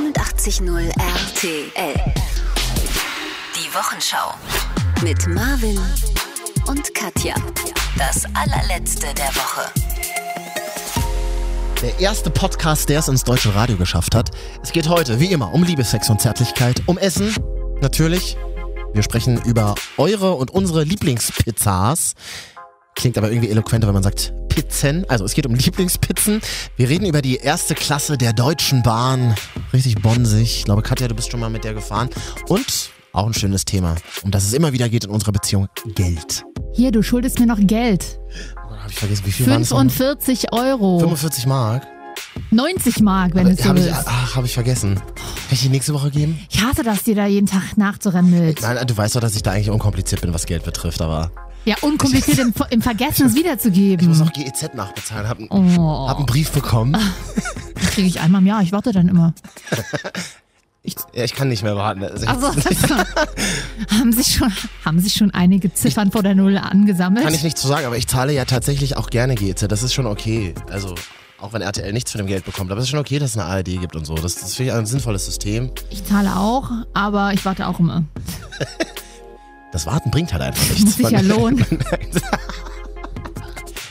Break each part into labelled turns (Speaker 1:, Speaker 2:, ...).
Speaker 1: 94.0 RTL. Die Wochenschau. Mit Marvin und Katja. Das allerletzte der Woche.
Speaker 2: Der erste Podcast, der es ins deutsche Radio geschafft hat. Es geht heute, wie immer, um Liebe, Sex und Zärtlichkeit, um Essen, natürlich. Wir sprechen über eure und unsere Lieblingspizzas. Klingt aber irgendwie eloquenter, wenn man sagt Pizzen. Also es geht um Lieblingspizzen. Wir reden über die erste Klasse der Deutschen Bahn. Richtig bonsig. Ich glaube, Katja, du bist schon mal mit der gefahren. Und auch ein schönes Thema, um das es immer wieder geht in unserer Beziehung. Geld.
Speaker 3: Hier, du schuldest mir noch Geld.
Speaker 2: Oh, hab ich vergessen, wie viel waren es? nochmal?
Speaker 3: 45 Euro.
Speaker 2: 45 Mark.
Speaker 3: 90 Mark, wenn es so
Speaker 2: Hab ich,
Speaker 3: ist.
Speaker 2: ach, hab ich vergessen. Kann ich die nächste Woche geben?
Speaker 3: Ich hasse das, dir da jeden Tag nachzurennen mit.
Speaker 2: Nein, du weißt doch, dass ich da eigentlich unkompliziert bin, was Geld betrifft, aber
Speaker 3: Ja, unkompliziert im, im Vergessen es
Speaker 2: ich muss
Speaker 3: wiederzugeben.
Speaker 2: auch GEZ nachbezahlen, hab, einen- hab
Speaker 3: Mhm. Oh,
Speaker 2: einen Brief bekommen.
Speaker 3: kriege ich einmal im Jahr. Ich warte dann immer.
Speaker 2: Ich, ja, ich kann nicht mehr warten. Also ich,
Speaker 3: Also, haben, sich schon, haben sich schon einige Ziffern vor der Null angesammelt?
Speaker 2: kann ich nicht zu sagen, aber ich zahle ja tatsächlich auch gerne GEZ. Das ist schon okay. Also, auch wenn RTL nichts von dem Geld bekommt. Aber es ist schon okay, dass es eine ARD gibt und so. Das, das finde ich ein sinnvolles System.
Speaker 3: Ich zahle auch, aber ich warte auch immer.
Speaker 2: Das Warten bringt halt einfach nichts.
Speaker 3: Muss sich ja
Speaker 2: Man-
Speaker 3: lohnen.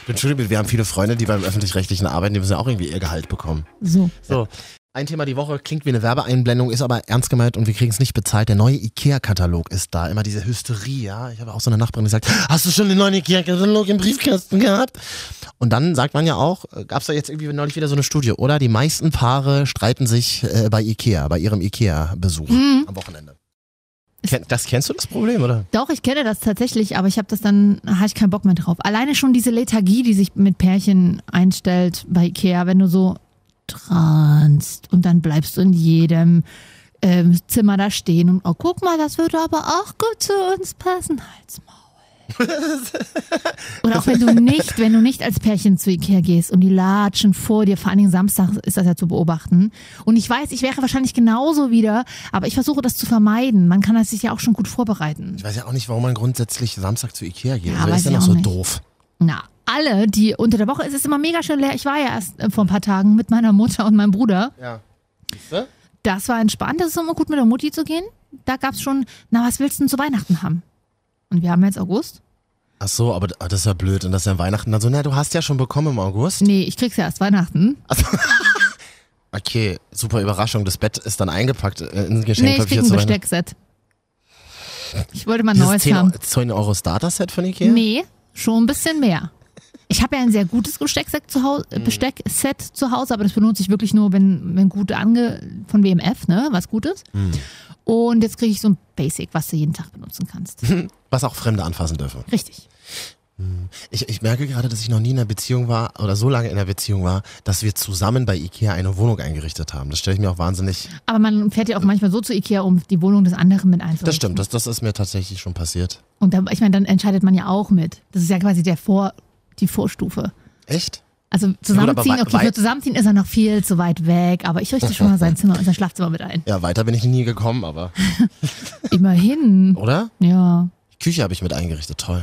Speaker 2: Entschuldigung, wir haben viele Freunde, die beim Öffentlich-Rechtlichen arbeiten, die müssen ja auch irgendwie ihr Gehalt bekommen.
Speaker 3: So.
Speaker 2: So. Ein Thema die Woche klingt wie eine Werbeeinblendung, ist aber ernst gemeint und wir kriegen es nicht bezahlt. Der neue IKEA-Katalog ist da. Immer diese Hysterie, ja. Ich habe auch so eine Nachbarin die sagt, hast du schon den neuen IKEA-Katalog im Briefkasten gehabt? Und dann sagt man ja auch, gab es da jetzt irgendwie neulich wieder so eine Studie, oder? Die meisten Paare streiten sich äh, bei IKEA, bei ihrem IKEA-Besuch am Wochenende. Ken- Das kennst du das Problem, oder?
Speaker 3: Doch, ich kenne das tatsächlich, aber ich habe das dann, habe ich keinen Bock mehr drauf. Alleine schon diese Lethargie, die sich mit Pärchen einstellt bei Ikea, wenn du so transt und dann bleibst du in jedem ähm, Zimmer da stehen und oh, guck mal, das würde aber auch gut zu uns passen. Halt's Maul. Oder auch wenn du nicht, wenn du nicht als Pärchen zu Ikea gehst und die latschen vor dir, vor allen Dingen Samstag ist das ja zu beobachten. Und ich weiß, ich wäre wahrscheinlich genauso wieder, aber ich versuche das zu vermeiden. Man kann das sich ja auch schon gut vorbereiten.
Speaker 2: Ich weiß ja auch nicht, warum man grundsätzlich Samstag zu IKEA geht.
Speaker 3: Ja,
Speaker 2: also, das
Speaker 3: weiß
Speaker 2: ist ja
Speaker 3: ich
Speaker 2: noch
Speaker 3: auch
Speaker 2: so
Speaker 3: nicht.
Speaker 2: doof.
Speaker 3: Na, alle, die unter der Woche es ist immer mega schön leer. Ich war ja erst äh, vor ein paar Tagen mit meiner Mutter und meinem Bruder.
Speaker 2: Ja.
Speaker 3: Das war entspannt. Das ist immer gut, mit der Mutti zu gehen. Da gab es schon, na, was willst du denn zu Weihnachten haben? Und wir haben jetzt August?
Speaker 2: Ach so, aber ah, das ist ja blöd. Und das ist ja Weihnachten dann so, na, du hast ja schon bekommen im August.
Speaker 3: Nee, ich krieg's ja erst Weihnachten.
Speaker 2: Okay, super Überraschung. Das Bett ist dann eingepackt äh, in
Speaker 3: nee, ich
Speaker 2: Geschenkpapier
Speaker 3: krieg ein
Speaker 2: zu Weihnachten.
Speaker 3: Besteckset. Ich wollte mal ein
Speaker 2: Dieses
Speaker 3: neues
Speaker 2: 10,
Speaker 3: haben.
Speaker 2: Euro- 10 Euro Starter-Set von Ikea?
Speaker 3: Nee, schon ein bisschen mehr. Ich habe ja ein sehr gutes Besteckset zu Hause,
Speaker 2: Mhm.
Speaker 3: Besteckset zu Hause, aber das benutze ich wirklich nur, wenn, wenn gut ange von WMF, ne, was Gutes.
Speaker 2: Mhm.
Speaker 3: Und jetzt kriege ich so ein Basic, was du jeden Tag benutzen kannst.
Speaker 2: Was auch Fremde anfassen dürfen.
Speaker 3: Richtig.
Speaker 2: Ich, ich merke gerade, dass ich noch nie in einer Beziehung war oder so lange in einer Beziehung war, dass wir zusammen bei Ikea eine Wohnung eingerichtet haben. Das stelle ich mir auch wahnsinnig.
Speaker 3: Aber man fährt ja auch manchmal so zu Ikea, um die Wohnung des anderen mit einzurichten.
Speaker 2: Das stimmt, das, das ist mir tatsächlich schon passiert.
Speaker 3: Und dann, ich meine, dann entscheidet man ja auch mit. Das ist ja quasi der Vor, die Vorstufe.
Speaker 2: Echt?
Speaker 3: Also
Speaker 2: aber
Speaker 3: zusammenziehen,
Speaker 2: wei-
Speaker 3: okay,
Speaker 2: wei-
Speaker 3: für zusammenziehen ist er noch viel zu weit weg, aber ich richte schon mal sein Zimmer und sein Schlafzimmer mit ein.
Speaker 2: Ja, weiter bin ich nie gekommen, aber.
Speaker 3: Immerhin.
Speaker 2: Oder?
Speaker 3: Ja.
Speaker 2: Küche habe ich mit eingerichtet, toll.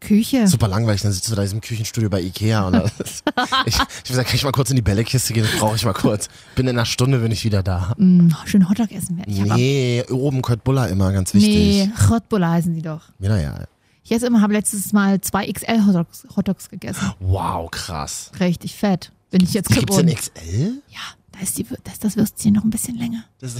Speaker 3: Küche.
Speaker 2: Super langweilig, dann sitzt du da in diesem Küchenstudio bei Ikea und dann- ich, ich sag, kann ich mal kurz in die Bällekiste gehen, das brauche ich mal kurz. Bin in einer Stunde, bin ich wieder da.
Speaker 3: Mm, schön Hotdog essen werde ich aber.
Speaker 2: Nee, oben Köttbullar immer, ganz
Speaker 3: Nee,
Speaker 2: wichtig.
Speaker 3: Chotbola heißen die doch.
Speaker 2: Nee. Naja,
Speaker 3: Ich esse immer, habe letztes Mal zwei XL Hotdogs, Hotdogs gegessen.
Speaker 2: wow, krass.
Speaker 3: Richtig fett. Bin ich jetzt
Speaker 2: Oh. Gibt's denn
Speaker 3: geworden.
Speaker 2: XL?
Speaker 3: Ja, da ist, die, Wür- da ist das Würstchen noch ein bisschen länger.
Speaker 2: Das,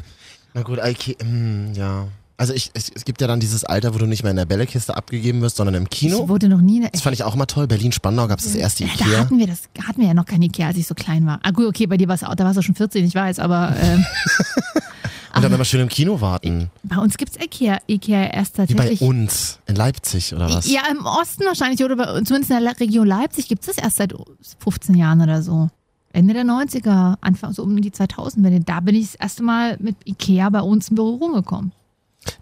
Speaker 2: na gut, Ikea, mm, ja. Also ich, es, es gibt ja dann dieses Alter, wo du nicht mehr in der Bällekiste abgegeben wirst, sondern im
Speaker 3: Ich
Speaker 2: Kino.
Speaker 3: wurde noch nie eine.
Speaker 2: Das fand ich auch mal toll. Berlin-Spandau gab es das erste
Speaker 3: Ja, da
Speaker 2: Ikea.
Speaker 3: hatten wir das, hatten wir ja noch keine Ikea, als ich so klein war. Ah gut, okay, bei dir war's auch, da warst du schon 14, ich weiß, aber ähm,
Speaker 2: Und dann immer schön im Kino warten.
Speaker 3: bei uns gibt's Ikea, Ikea erst
Speaker 2: Wie bei
Speaker 3: tatsächlich.
Speaker 2: uns in Leipzig oder was?
Speaker 3: ja, im Osten wahrscheinlich, oder bei, zumindest in der Le- Region Leipzig gibt's das erst seit 15 Jahren oder so. Ende der 90er, Anfang so um die 2000-Wende. Da bin ich das erste Mal mit Ikea bei uns im Büro rumgekommen.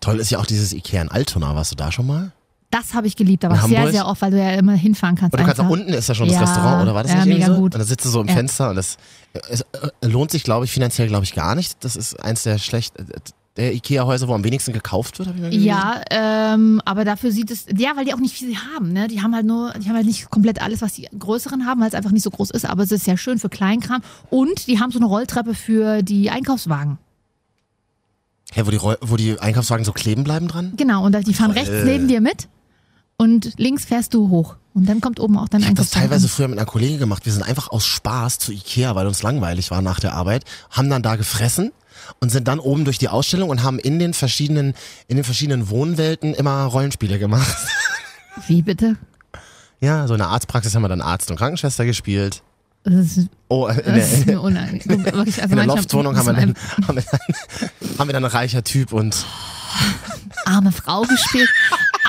Speaker 2: Toll ist ja auch dieses Ikea in Altona. Warst du da schon mal?
Speaker 3: Das habe ich geliebt, aber
Speaker 2: In
Speaker 3: sehr,
Speaker 2: Hamburg?
Speaker 3: sehr oft, weil du ja immer hinfahren kannst.
Speaker 2: Und du kannst auch
Speaker 3: einfach.
Speaker 2: unten ist ja schon das
Speaker 3: Ja,
Speaker 2: Restaurant, oder war das
Speaker 3: ja,
Speaker 2: nicht irgendwie
Speaker 3: mega
Speaker 2: so?
Speaker 3: gut.
Speaker 2: Und dann sitzt du so im
Speaker 3: Ja.
Speaker 2: Fenster und das es, äh, lohnt sich, glaube ich, finanziell, glaube ich, gar nicht. Das ist eins der schlecht äh, der Ikea-Häuser, wo am wenigsten gekauft wird. hab ich mal gelesen.
Speaker 3: Ja, ähm, aber dafür sieht es, ja, weil die auch nicht viel haben, ne? Die haben halt nur, die haben halt nicht komplett alles, was die größeren haben, weil es einfach nicht so groß ist, aber es ist ja schön für Kleinkram. Und die haben so eine Rolltreppe für die Einkaufswagen.
Speaker 2: Hä, wo die, Roll- wo die Einkaufswagen so kleben bleiben dran?
Speaker 3: Genau, und die fahren rechts neben dir mit und links fährst du hoch. Und dann kommt oben auch dein
Speaker 2: Ich habe das
Speaker 3: Einkaufswagen.
Speaker 2: teilweise früher mit einer Kollegin gemacht. Wir sind einfach aus Spaß zu Ikea, weil uns langweilig war nach der Arbeit, haben dann da gefressen und sind dann oben durch die Ausstellung und haben in den verschiedenen, in den verschiedenen Wohnwelten immer Rollenspiele gemacht.
Speaker 3: Wie bitte?
Speaker 2: Ja, so in der Arztpraxis haben wir dann Arzt und Krankenschwester gespielt.
Speaker 3: Das ist,
Speaker 2: Oh, in der,
Speaker 3: das ist mir unangenehm. Wirklich, also
Speaker 2: in der
Speaker 3: manchmal
Speaker 2: Loftwohnung haben wir, dann,
Speaker 3: muss man
Speaker 2: haben, wir dann, haben wir dann ein reicher Typ und
Speaker 3: einfach arme Frau gespielt.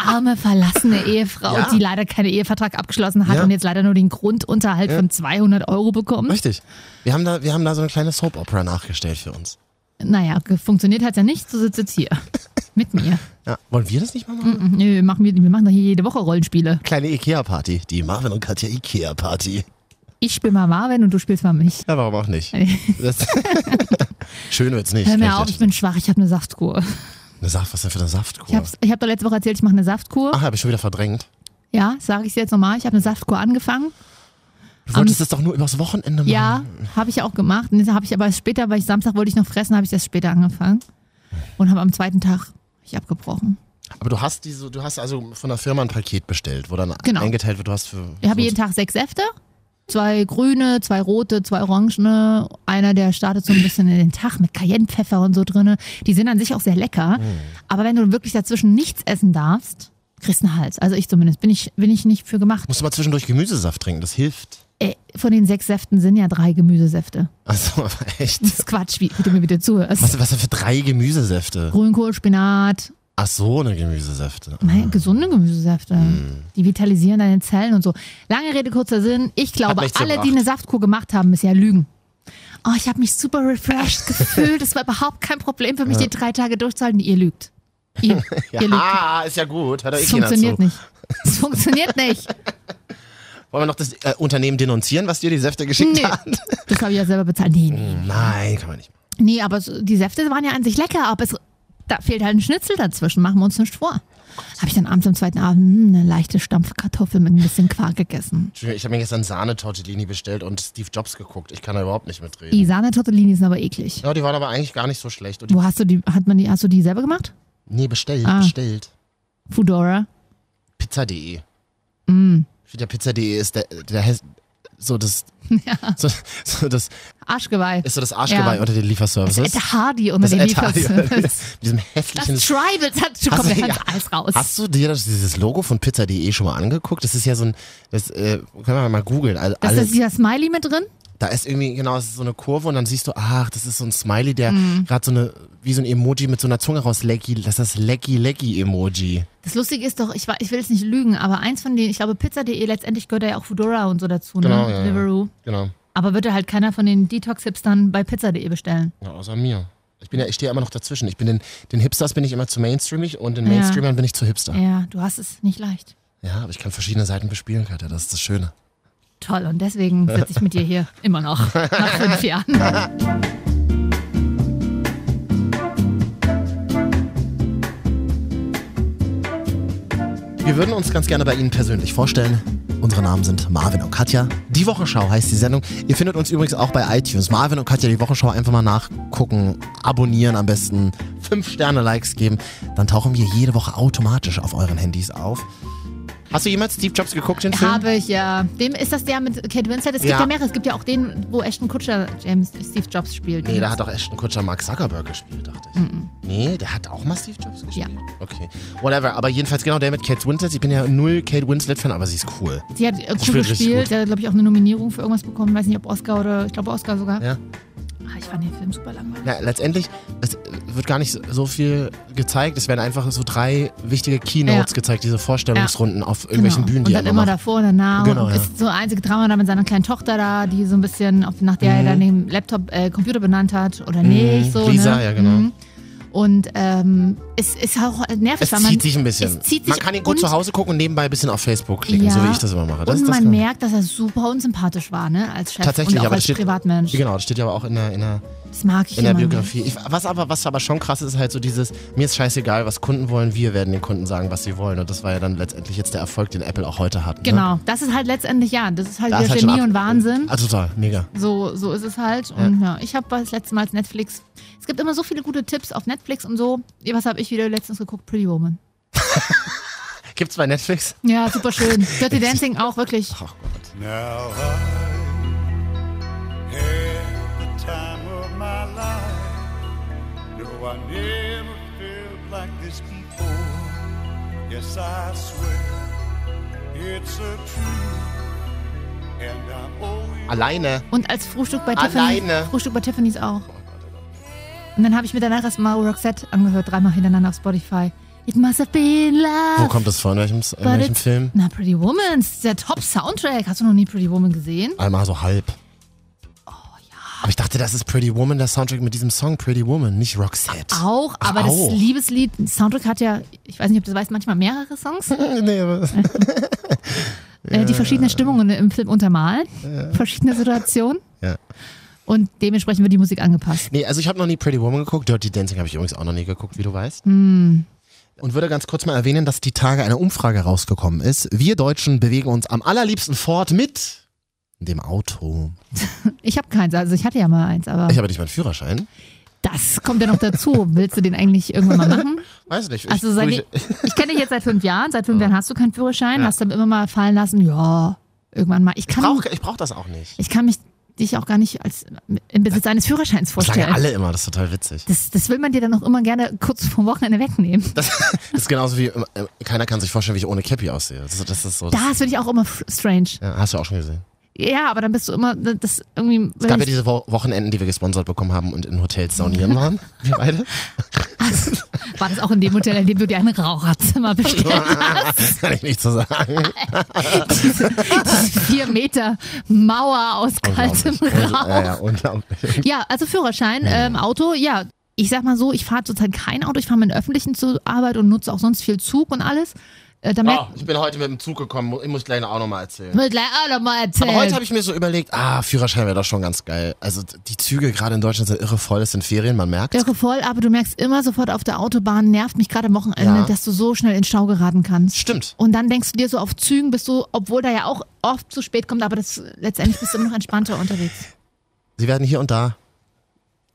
Speaker 3: Arme verlassene Ehefrau,
Speaker 2: Ja.
Speaker 3: die leider keinen Ehevertrag abgeschlossen hat
Speaker 2: Ja.
Speaker 3: und jetzt leider nur den Grundunterhalt von 200 Euro bekommt.
Speaker 2: richtig. Wir haben da, wir haben da so eine kleine Soap Opera nachgestellt für uns.
Speaker 3: Naja, ge- funktioniert hat's ja nicht, so sitzt jetzt hier. Mit mir.
Speaker 2: Ja, wollen wir das nicht mal machen?
Speaker 3: Mhm, Nö, machen wir, wir machen doch hier jede Woche Rollenspiele.
Speaker 2: Kleine Ikea Party, die Marvin und Katja Ikea Party.
Speaker 3: Ich spiele mal Marvin und du spielst mal mich.
Speaker 2: Ja, warum auch nicht? Das Schön wird's nicht.
Speaker 3: Hör
Speaker 2: kann
Speaker 3: mir
Speaker 2: ich
Speaker 3: auf,
Speaker 2: dir
Speaker 3: ich bin schwach, ich habe eine Saftkur.
Speaker 2: sagen. Eine Saft, was denn für eine
Speaker 3: Ich
Speaker 2: Saftkur?
Speaker 3: habe ich hab doch letzte Woche erzählt, ich mache eine Saftkur.
Speaker 2: Ach, habe ich schon wieder verdrängt.
Speaker 3: Ja, sage ich jetzt nochmal. Ich habe eine Saftkur angefangen.
Speaker 2: Du wolltest das doch nur übers Wochenende machen.
Speaker 3: Ja, habe ich auch gemacht. Und das habe ich aber später, weil ich Samstag wollte ich noch fressen, habe ich das später angefangen. Und habe am zweiten Tag ich abgebrochen.
Speaker 2: Aber du hast diese, du hast also von der Firma ein Paket bestellt, wo dann
Speaker 3: Genau.
Speaker 2: eingeteilt wird, du hast für.
Speaker 3: Ich habe
Speaker 2: so-
Speaker 3: jeden Tag sechs Säfte. Zwei grüne, zwei rote, zwei orangene. Einer, der startet so ein bisschen in den Tag mit Cayennepfeffer und so drinne. Die sind an sich auch sehr lecker. Aber wenn du wirklich dazwischen nichts essen darfst, kriegst du einen Hals. Also ich zumindest. Bin ich, bin ich nicht für gemacht.
Speaker 2: Musst du mal zwischendurch Gemüsesaft trinken, das hilft.
Speaker 3: Äh, von den sechs Säften sind ja drei Gemüsesäfte.
Speaker 2: Also, aber echt.
Speaker 3: Das ist Quatsch, wie, wie du mir wieder zuhörst.
Speaker 2: Was, was denn für drei Gemüsesäfte?
Speaker 3: Grünkohl, Spinat,
Speaker 2: Ach so, eine Gemüsesäfte.
Speaker 3: nein, gesunde Gemüsesäfte.
Speaker 2: Hm.
Speaker 3: Die vitalisieren deine Zellen und so. Lange Rede, kurzer Sinn. Ich glaube, alle,
Speaker 2: nichts
Speaker 3: die
Speaker 2: gebracht.
Speaker 3: eine Saftkur gemacht haben, bisher lügen. Oh, ich habe mich super refreshed gefühlt. Es war überhaupt kein Problem für mich, die drei Tage durchzuhalten. Ihr lügt. Ihr, ihr lügt.
Speaker 2: Ja, ist ja gut. Hört doch eh
Speaker 3: Es
Speaker 2: keiner zu.
Speaker 3: funktioniert nicht. Es funktioniert nicht.
Speaker 2: Wollen wir noch das äh, Unternehmen denunzieren, was dir die Säfte geschickt
Speaker 3: Nee.
Speaker 2: hat?
Speaker 3: Das habe ich ja selber bezahlt. Nee, nee.
Speaker 2: Nein, kann man nicht.
Speaker 3: Nee, aber so- die Säfte waren ja an sich lecker, aber es, da fehlt halt ein Schnitzel dazwischen, machen wir uns nicht vor. Habe ich dann abends am zweiten Abend hm, eine leichte Stampfkartoffel mit ein bisschen Quark gegessen.
Speaker 2: Entschuldigung, Ich habe mir gestern Sahne-Tortellini bestellt und Steve Jobs geguckt. Ich kann da überhaupt nicht mitreden.
Speaker 3: Die Sahne-Tortellini sind aber eklig.
Speaker 2: Ja, die waren aber eigentlich gar nicht so schlecht. Und die,
Speaker 3: Wo hast du die, hat man die, hast du die selber gemacht?
Speaker 2: nee, bestellt,
Speaker 3: Ah.
Speaker 2: bestellt.
Speaker 3: Foodora.
Speaker 2: Pizza.de.
Speaker 3: Mm.
Speaker 2: Ich finde, der Pizza.de ist der, der heißt so das, so, so das
Speaker 3: Arschgeweih.
Speaker 2: ist so das Arschgeweih unter den Lieferservices.
Speaker 3: Ed Hardy unter den
Speaker 2: Ed Hardy.
Speaker 3: Lieferservice.
Speaker 2: Mit diesem
Speaker 3: Das
Speaker 2: hässlichen
Speaker 3: Tribal, das
Speaker 2: Hast
Speaker 3: kommt
Speaker 2: du- ja.
Speaker 3: ja ganz alles raus.
Speaker 2: Hast du dir das, dieses Logo von Pizza.de schon mal angeguckt? Das ist ja so ein, das äh, können wir mal googeln. Also
Speaker 3: das
Speaker 2: alles,
Speaker 3: ist dieser Smiley mit drin?
Speaker 2: da ist irgendwie, genau, es ist so eine Kurve und dann siehst du, ach, das ist so ein Smiley, der
Speaker 3: Mhm.
Speaker 2: gerade so eine, wie so ein Emoji mit so einer Zunge raus, Lecky, das ist das Lecky Lecky Emoji.
Speaker 3: Das Lustige ist doch, ich, wa- ich will jetzt nicht lügen, aber eins von denen, ich glaube Pizza.de, letztendlich gehört da ja auch Foodora und so dazu,
Speaker 2: Genau,
Speaker 3: ne?
Speaker 2: ja, ja.
Speaker 3: Deliveroo.
Speaker 2: Genau.
Speaker 3: Aber würde halt keiner von den Detox-Hipstern bei pizza.de bestellen.
Speaker 2: Ja, außer mir. Ich bin ja, ich stehe immer noch dazwischen. Ich bin den, den Hipsters bin ich immer zu mainstreamig und den
Speaker 3: Ja.
Speaker 2: Mainstreamern bin ich zu Hipster. Ja.
Speaker 3: Ja, du hast es nicht leicht.
Speaker 2: aber ich kann verschiedene Seiten bespielen, Katja, das ist das Schöne.
Speaker 3: Toll, und deswegen sitze ich mit dir hier immer noch, nach fünf Jahren.
Speaker 2: Wir würden uns ganz gerne bei Ihnen persönlich vorstellen. Unsere Namen sind Marvin und Katja. Die Wochenschau heißt die Sendung. Ihr findet uns übrigens auch bei iTunes. Marvin und Katja, die Wochenschau einfach mal nachgucken, abonnieren am besten, 5 Sterne Likes geben. Dann tauchen wir jede Woche automatisch auf euren Handys auf. Hast du jemals Steve Jobs geguckt, den Film?
Speaker 3: Habe ich, ja. Dem ist das der mit Kate Winslet? Es gibt
Speaker 2: Ja.
Speaker 3: ja mehrere. Es gibt ja auch den, wo Ashton Kutscher James Steve Jobs spielt.
Speaker 2: Nee, da hat auch Ashton Kutscher Mark Zuckerberg gespielt, dachte ich. Nee, der hat auch mal Steve Jobs gespielt?
Speaker 3: Ja.
Speaker 2: Okay, whatever. Aber jedenfalls genau der mit Kate Winslet. Ich bin ja null Kate Winslet-Fan, aber sie ist cool.
Speaker 3: Sie hat äh, cool
Speaker 2: spielt richtig
Speaker 3: gespielt.
Speaker 2: gut.
Speaker 3: Sie hat, glaube ich, auch eine Nominierung für irgendwas bekommen. Weiß nicht, ob Oscar oder, ich glaube, Oscar sogar.
Speaker 2: Ja.
Speaker 3: Ah, ich fand den Film super langweilig.
Speaker 2: Na, letztendlich, es wird gar nicht so viel gezeigt. Es werden einfach so drei wichtige Keynotes
Speaker 3: Ja.
Speaker 2: gezeigt, diese Vorstellungsrunden auf irgendwelchen
Speaker 3: genau.
Speaker 2: Bühnen,
Speaker 3: Und
Speaker 2: die
Speaker 3: dann
Speaker 2: er
Speaker 3: immer
Speaker 2: macht.
Speaker 3: davor und danach.
Speaker 2: Genau,
Speaker 3: und
Speaker 2: ja.
Speaker 3: ist so einzige Drama da mit seiner kleinen Tochter da, die so ein bisschen, auf, nach der er
Speaker 2: Mhm.
Speaker 3: dann den Laptop, äh, Computer benannt hat oder nicht. So,
Speaker 2: Lisa,
Speaker 3: ne?
Speaker 2: ja, genau.
Speaker 3: Mhm. Und ähm, es ist auch nervig,
Speaker 2: Es
Speaker 3: weil man,
Speaker 2: zieht sich ein bisschen.
Speaker 3: Es zieht sich
Speaker 2: man kann ihn gut
Speaker 3: und-
Speaker 2: zu Hause gucken und nebenbei ein bisschen auf Facebook klicken, so wie ich das immer mache. Das,
Speaker 3: und
Speaker 2: das
Speaker 3: man
Speaker 2: kann-
Speaker 3: merkt, dass er super unsympathisch war, ne, als Chef
Speaker 2: Tatsächlich,
Speaker 3: und auch
Speaker 2: aber das
Speaker 3: als
Speaker 2: steht,
Speaker 3: Privatmensch. ne?
Speaker 2: Genau, das steht ja aber auch in der, in der
Speaker 3: Das mag ich
Speaker 2: in der
Speaker 3: immer
Speaker 2: Biografie. Ich, was, aber, was aber schon krass ist, ist halt so dieses, mir ist scheißegal, was Kunden wollen, wir werden den Kunden sagen, was sie wollen. Und das war ja dann letztendlich jetzt der Erfolg, den Apple auch heute hat.
Speaker 3: nicht. Genau, das ist halt letztendlich, ja, das ist halt
Speaker 2: Ne?
Speaker 3: wieder
Speaker 2: halt schon
Speaker 3: Genie
Speaker 2: ab-
Speaker 3: und Wahnsinn.
Speaker 2: Ah, total, mega.
Speaker 3: So, so ist es halt. Und ja, ich habe das letzte Mal als Netflix. Es gibt immer so viele gute Tipps auf Netflix und so. Ja, Was habe ich wieder letztens geguckt? Pretty Woman.
Speaker 2: Gibt's bei Netflix?
Speaker 3: Ja, super schön. Dirty Dancing auch wirklich.
Speaker 2: Ach Gott.
Speaker 4: Now I had the time of my life. No, I never felt like this before. Yes, I swear it's a truth, and I owe you.
Speaker 2: Alleine.
Speaker 3: Und als Frühstück bei
Speaker 2: Alleine.
Speaker 3: Tiffany's. Frühstück bei Tiffany's auch. Und dann habe ich mir danach erstmal Roxette angehört, dreimal hintereinander auf Spotify. It must have been love.
Speaker 2: Wo kommt das vor? In welchem, in
Speaker 3: but
Speaker 2: welchem
Speaker 3: it's-
Speaker 2: Film?
Speaker 3: Na, Pretty Woman, das ist der Top-Soundtrack. Hast du noch nie Pretty Woman gesehen?
Speaker 2: Einmal so halb.
Speaker 3: Oh,
Speaker 2: Aber ich dachte, das ist Pretty Woman, der Soundtrack mit diesem Song Pretty Woman, nicht Roxette.
Speaker 3: Auch,
Speaker 2: Ach,
Speaker 3: aber
Speaker 2: auch.
Speaker 3: das Liebeslied, Soundtrack hat ja, ich weiß nicht, ob du das weißt, manchmal mehrere Songs,
Speaker 2: nee, aber
Speaker 3: äh, die verschiedene Stimmungen im Film untermalen, verschiedene Situationen.
Speaker 2: Ja.
Speaker 3: Und dementsprechend wird die Musik angepasst.
Speaker 2: Nee, also ich habe noch nie Pretty Woman geguckt. Dirty Dancing habe ich übrigens auch noch nie geguckt, wie du weißt.
Speaker 3: Hm.
Speaker 2: Und würde ganz kurz mal erwähnen, dass die Tage eine Umfrage rausgekommen ist. Wir Deutschen bewegen uns am allerliebsten fort mit dem Auto.
Speaker 3: Ich habe keins, also ich hatte ja mal eins, aber
Speaker 2: Ich habe nicht meinen Führerschein.
Speaker 3: das kommt ja noch dazu. Willst du den eigentlich irgendwann mal machen?
Speaker 2: Weiß nicht. Ich,
Speaker 3: Also seit,
Speaker 2: ich,
Speaker 3: ich, ich kenne dich jetzt seit fünf Jahren. Seit fünf Jahren hast du keinen Führerschein, hast dann immer mal fallen lassen, ja, irgendwann mal. Ich kann,
Speaker 2: brauch, ich brauch das auch nicht.
Speaker 3: ich kann mich dich auch gar nicht als im Besitz eines Führerscheins
Speaker 2: Das sagen
Speaker 3: vorstellen.
Speaker 2: alle immer, das ist total witzig.
Speaker 3: Das, das will man dir dann auch immer gerne kurz vom Wochenende wegnehmen.
Speaker 2: Das, das ist genauso wie, äh, keiner kann sich vorstellen, wie ich ohne Cappy aussehe. Das, ist- das ist so. Das,
Speaker 3: Das finde ich auch immer f- strange.
Speaker 2: ja, hast du auch schon gesehen.
Speaker 3: Ja, aber dann bist du immer das irgendwie.
Speaker 2: Es gab ja diese Wo Wochenenden, die wir gesponsert bekommen haben und in Hotels saunieren waren. Wir beide.
Speaker 3: war das auch in dem Hotel, in dem du dir ein Raucherzimmer bestellt
Speaker 2: kann ich nicht so sagen.
Speaker 3: hast? Diese, diese vier Meter Mauer aus kaltem
Speaker 2: Unglaublich. Und-
Speaker 3: Rauch.
Speaker 2: Also, Ja, ja, unglaublich.
Speaker 3: Ja, also Führerschein, ähm, Auto, ja. Ich sag mal so, ich fahre zurzeit kein Auto, ich fahre mit dem Öffentlichen zur Arbeit und nutze auch sonst viel Zug und alles. Äh, da merkt
Speaker 2: Ah, ich bin heute mit dem Zug gekommen, mu- ich muss gleich auch nochmal erzählen.
Speaker 3: wird gleich auch nochmal äh, erzählt.
Speaker 2: Aber heute habe ich mir so überlegt, ah, Führerschein wäre doch schon ganz geil. Also d- die Züge gerade in Deutschland sind irre voll, es sind Ferien, man merkt.
Speaker 3: Irre voll, aber du merkst immer sofort auf der Autobahn, nervt mich gerade am Wochenende,
Speaker 2: Ja.
Speaker 3: dass du so schnell in Stau geraten kannst.
Speaker 2: Stimmt.
Speaker 3: Und dann denkst du dir so auf Zügen bist du, obwohl da ja auch oft zu spät kommt, aber das letztendlich bist du immer noch entspannter unterwegs.
Speaker 2: Sie werden hier und da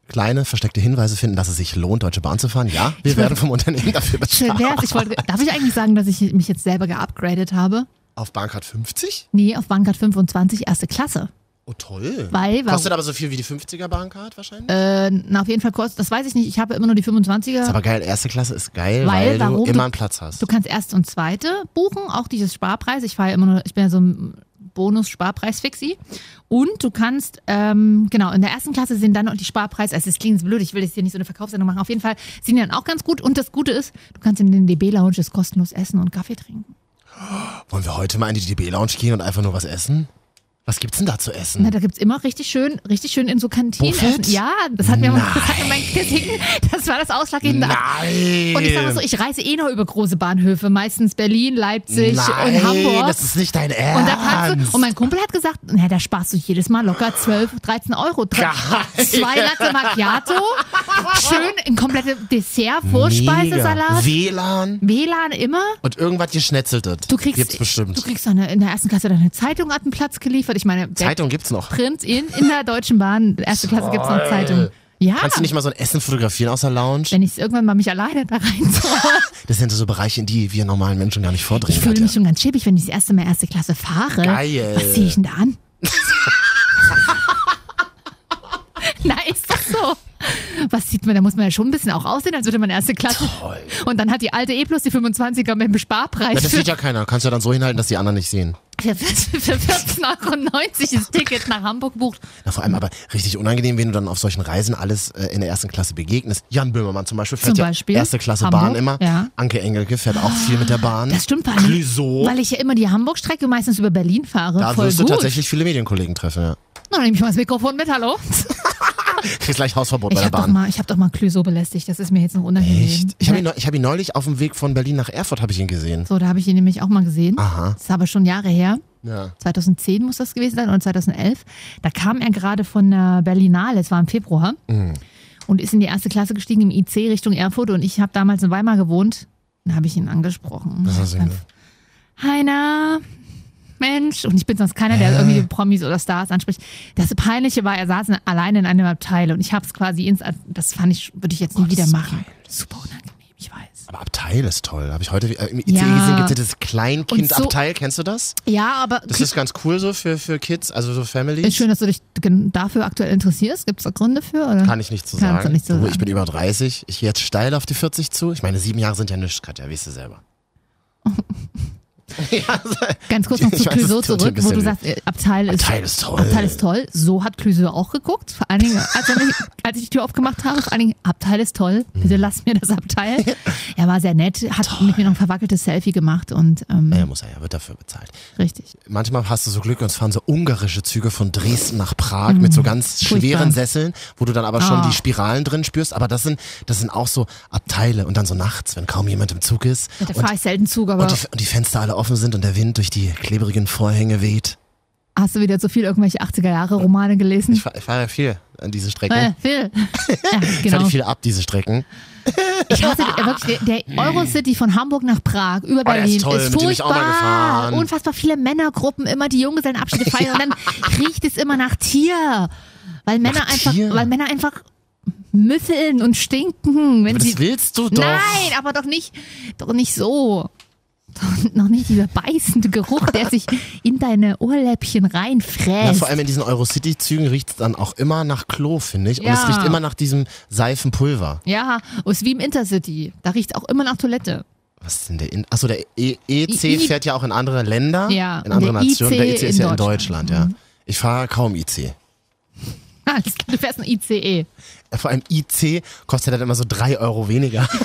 Speaker 2: kleine versteckte Hinweise finden, dass es sich lohnt, Deutsche Bahn zu fahren. Ja, wir werden vom Unternehmen dafür
Speaker 3: Schön
Speaker 2: bezahlt.
Speaker 3: wär's. Ich wollte, darf ich eigentlich sagen, dass ich mich jetzt selber geupgradet habe?
Speaker 2: Auf Bahncard 50?
Speaker 3: Nee, auf Bankart 25, erste Klasse.
Speaker 2: Oh toll.
Speaker 3: Weil, warum?
Speaker 2: Kostet aber so viel wie die 50er Bahncard wahrscheinlich?
Speaker 3: Äh, na, auf jeden Fall kostet, das weiß ich nicht, ich habe immer nur die
Speaker 2: ist
Speaker 3: 25er.
Speaker 2: aber geil, erste Klasse ist geil, weil,
Speaker 3: Weil,
Speaker 2: du
Speaker 3: warum?
Speaker 2: immer
Speaker 3: Du-
Speaker 2: einen Platz hast.
Speaker 3: Du kannst erste und zweite buchen, auch dieses Sparpreis. Ich fahre ja immer nur, ich bin ja so ein Bonus-Sparpreis-Fixi. Und du kannst, ähm, genau, in der ersten Klasse sind dann noch die Sparpreise, also es klingt blöd, ich will jetzt hier nicht so eine Verkaufssendung machen, auf jeden Fall sind die dann auch ganz gut. Und das Gute ist, du kannst in den DB-Lounges kostenlos essen und Kaffee trinken.
Speaker 2: Wollen wir heute mal in die DB-Lounge gehen und einfach nur was essen? Was gibt's denn da zu essen?
Speaker 3: Na, da gibt's immer richtig schön, richtig schön in so Kantinen.
Speaker 2: Buffet?
Speaker 3: essen. Ja, das hat mir,
Speaker 2: Nein.
Speaker 3: das hat mir mein Gesingen, das war das ausschlaggebende
Speaker 2: Nein!
Speaker 3: Und ich sag mal so, ich reise eh noch über große Bahnhöfe, meistens Berlin, Leipzig
Speaker 2: Nein,
Speaker 3: und Hamburg.
Speaker 2: das ist nicht dein Ernst.
Speaker 3: und da packst du, und mein Kumpel hat gesagt, na, da sparst du jedes Mal locker 12, 13 Euro. Drei,
Speaker 2: Geil.
Speaker 3: zwei Latte Macchiato, schön ein komplettes Dessert, Vorspeisesalat,
Speaker 2: WLAN
Speaker 3: WLAN immer.
Speaker 2: und irgendwas geschnetzeltet.
Speaker 3: Du kriegst,
Speaker 2: gibt's bestimmt.
Speaker 3: Du kriegst eine, in der ersten Klasse deine Zeitung an den Platz geliefert. Ich meine, der
Speaker 2: Zeitung gibt's noch.
Speaker 3: Print in, in der Deutschen Bahn, erste Klasse gibt's noch Zeitung. Ja,
Speaker 2: Kannst du nicht mal so ein Essen fotografieren aus der Lounge?
Speaker 3: wenn ich irgendwann mal mich alleine da reinzauere.
Speaker 2: Das sind so Bereiche, in die wir normalen Menschen gar nicht vordringen.
Speaker 3: Ich fühle
Speaker 2: Katja.
Speaker 3: mich schon ganz schäbig, wenn ich das erste Mal erste Klasse fahre.
Speaker 2: Geil.
Speaker 3: Was ziehe ich denn da an? Na, ist doch so. Was sieht man, da muss man ja schon ein bisschen auch aussehen, als würde man erste Klasse.
Speaker 2: Toll.
Speaker 3: Und dann hat die alte E plus die 25er mit dem
Speaker 2: ja,
Speaker 3: Sparpreis
Speaker 2: das
Speaker 3: für,
Speaker 2: sieht ja keiner. Kannst du ja dann so hinhalten, dass die anderen nicht sehen.
Speaker 3: für, für 14,90 Euro das Ticket nach Hamburg bucht.
Speaker 2: Na, vor allem aber richtig unangenehm, wenn du dann auf solchen Reisen alles äh, in der ersten Klasse begegnest. Jan Böhmermann zum Beispiel fährt
Speaker 3: Zum
Speaker 2: ja
Speaker 3: Beispiel.
Speaker 2: erste Klasse
Speaker 3: Hamburg,
Speaker 2: Bahn immer.
Speaker 3: ja. Ah,
Speaker 2: Anke Engelke fährt auch viel mit der Bahn.
Speaker 3: Das stimmt, weil,
Speaker 2: Clouseau.
Speaker 3: weil ich ja immer die Hamburg-Strecke meistens über Berlin fahre.
Speaker 2: Da
Speaker 3: Voll
Speaker 2: wirst du
Speaker 3: gut.
Speaker 2: tatsächlich viele Medienkollegen treffen, ja.
Speaker 3: Dann nehme ich mal das Mikrofon mit, hallo.
Speaker 2: Kriegst gleich Hausverbot bei
Speaker 3: Ich
Speaker 2: der
Speaker 3: habe doch
Speaker 2: Bahn.
Speaker 3: mal, ich hab doch mal Clüso belästigt. Das ist mir jetzt noch unangenehm.
Speaker 2: Echt? Ich habe ihn,
Speaker 3: Na,
Speaker 2: neu- ich hab ihn neulich auf dem Weg von Berlin nach Erfurt habe ich ihn gesehen.
Speaker 3: so, da habe ich ihn nämlich auch mal gesehen.
Speaker 2: Aha.
Speaker 3: Das ist aber schon Jahre her.
Speaker 2: Ja.
Speaker 3: 2010 muss das gewesen sein oder 2011. Da kam er gerade von der Berlinale, es war im Februar,
Speaker 2: Mhm.
Speaker 3: und ist in die erste Klasse gestiegen im IC Richtung Erfurt. Und ich habe damals in Weimar gewohnt. Dann habe ich ihn angesprochen.
Speaker 2: Das hast du
Speaker 3: Dann,
Speaker 2: gesagt.
Speaker 3: Heiner, Mensch. Und ich bin sonst keiner, der irgendwie Promis oder Stars anspricht. Das Peinliche war, er saß alleine in einem Abteil und ich habe es quasi ins. Das fand ich, würde ich jetzt nie wieder machen. Super unangenehm, ich weiß.
Speaker 2: Aber Abteil ist toll. Habe ich heute äh, im IC
Speaker 3: Ja.
Speaker 2: gesehen, gibt es das
Speaker 3: Und so-
Speaker 2: Kleinkind-Abteil. Kennst du das?
Speaker 3: Ja, aber
Speaker 2: Das ist ganz cool so für, für Kids, also so Families.
Speaker 3: ist schön, dass du dich gen- dafür aktuell interessierst. Gibt es da Gründe für? Oder?
Speaker 2: Kann ich nicht zu
Speaker 3: Kannst du
Speaker 2: sagen.
Speaker 3: nicht so
Speaker 2: Du, Ich
Speaker 3: sagen.
Speaker 2: bin über 30. Ich gehe jetzt steil auf die 40 zu. Ich meine, sieben Jahre sind ja nichts, Katja, weißt du selber. ja,
Speaker 3: Ganz kurz noch
Speaker 2: Ich
Speaker 3: zu
Speaker 2: weiß, es
Speaker 3: Clouseau
Speaker 2: tut mir ein
Speaker 3: zurück, wo
Speaker 2: bisschen
Speaker 3: du sagst, äh, Abteil ist,
Speaker 2: Abteil ist toll.
Speaker 3: Abteil ist toll. So hat Clouseau auch geguckt. Vor allen Dingen, als, er mich, als ich die Tür aufgemacht habe, vor allen Dingen, Abteil ist toll. Bitte
Speaker 2: Mhm.
Speaker 3: lass mir das Abteil. Er war sehr nett, hat mit mir noch ein verwackeltes Selfie gemacht und ähm,
Speaker 2: ja, muss er ja, wird dafür bezahlt.
Speaker 3: richtig.
Speaker 2: Manchmal hast du so Glück und es fahren so ungarische Züge von Dresden nach Prag mit so ganz
Speaker 3: Mhm. furchtbar.
Speaker 2: schweren Sesseln, wo du dann aber schon
Speaker 3: Ah.
Speaker 2: die Spiralen drin spürst. Aber das sind, das sind auch so Abteile und dann so nachts, wenn kaum jemand im Zug ist
Speaker 3: Ja, Da
Speaker 2: und,
Speaker 3: fahre ich selten Zug, aber
Speaker 2: und, die, und die Fenster alle offen sind und der Wind durch die klebrigen Vorhänge weht.
Speaker 3: hast du wieder zu viel irgendwelche 80er-Jahre-Romane gelesen?
Speaker 2: Ich fahre fahr ja viel an diese Strecken.
Speaker 3: Äh, Phil. ja,
Speaker 2: Ich
Speaker 3: genau.
Speaker 2: fahre viel ab, diese Strecken.
Speaker 3: Ich hasse äh, wirklich der, der Eurocity von Hamburg nach Prag
Speaker 2: Hm.
Speaker 3: über
Speaker 2: Oh, der ist
Speaker 3: Berlin ist,
Speaker 2: toll, mit dem bin ich auch mal
Speaker 3: furchtbar.
Speaker 2: gefahren.
Speaker 3: Unfassbar viele Männergruppen, immer die Junggesellenabschiede feiern und dann riecht es immer nach Tier, weil Männer einfach,
Speaker 2: Tier?
Speaker 3: weil Männer einfach müffeln und stinken, wenn
Speaker 2: Aber
Speaker 3: sie
Speaker 2: das willst du doch.
Speaker 3: Nein, aber doch nicht, doch nicht so. Doch, noch nicht dieser beißende Geruch, der sich in deine Ohrläppchen
Speaker 2: Ja,
Speaker 3: reinfräst.
Speaker 2: vor allem in diesen Eurocity-Zügen riecht's dann auch immer nach Klo, finde ich. Und
Speaker 3: Ja.
Speaker 2: es riecht immer nach diesem Seifenpulver.
Speaker 3: ja, ist wie im Intercity. Da riecht es auch immer nach Toilette.
Speaker 2: Was ist denn der? In Achso, der E- EC
Speaker 3: I- I-
Speaker 2: fährt ja auch in andere Länder,
Speaker 3: Ja,
Speaker 2: in andere
Speaker 3: der
Speaker 2: Nationen.
Speaker 3: IC
Speaker 2: Der EC ist
Speaker 3: in
Speaker 2: ja in Deutschland,
Speaker 3: Deutschland. Mhm.
Speaker 2: ja. Ich fahre kaum IC.
Speaker 3: Du fährst ein E. ICE.
Speaker 2: Vor allem IC kostet dann immer so drei Euro weniger.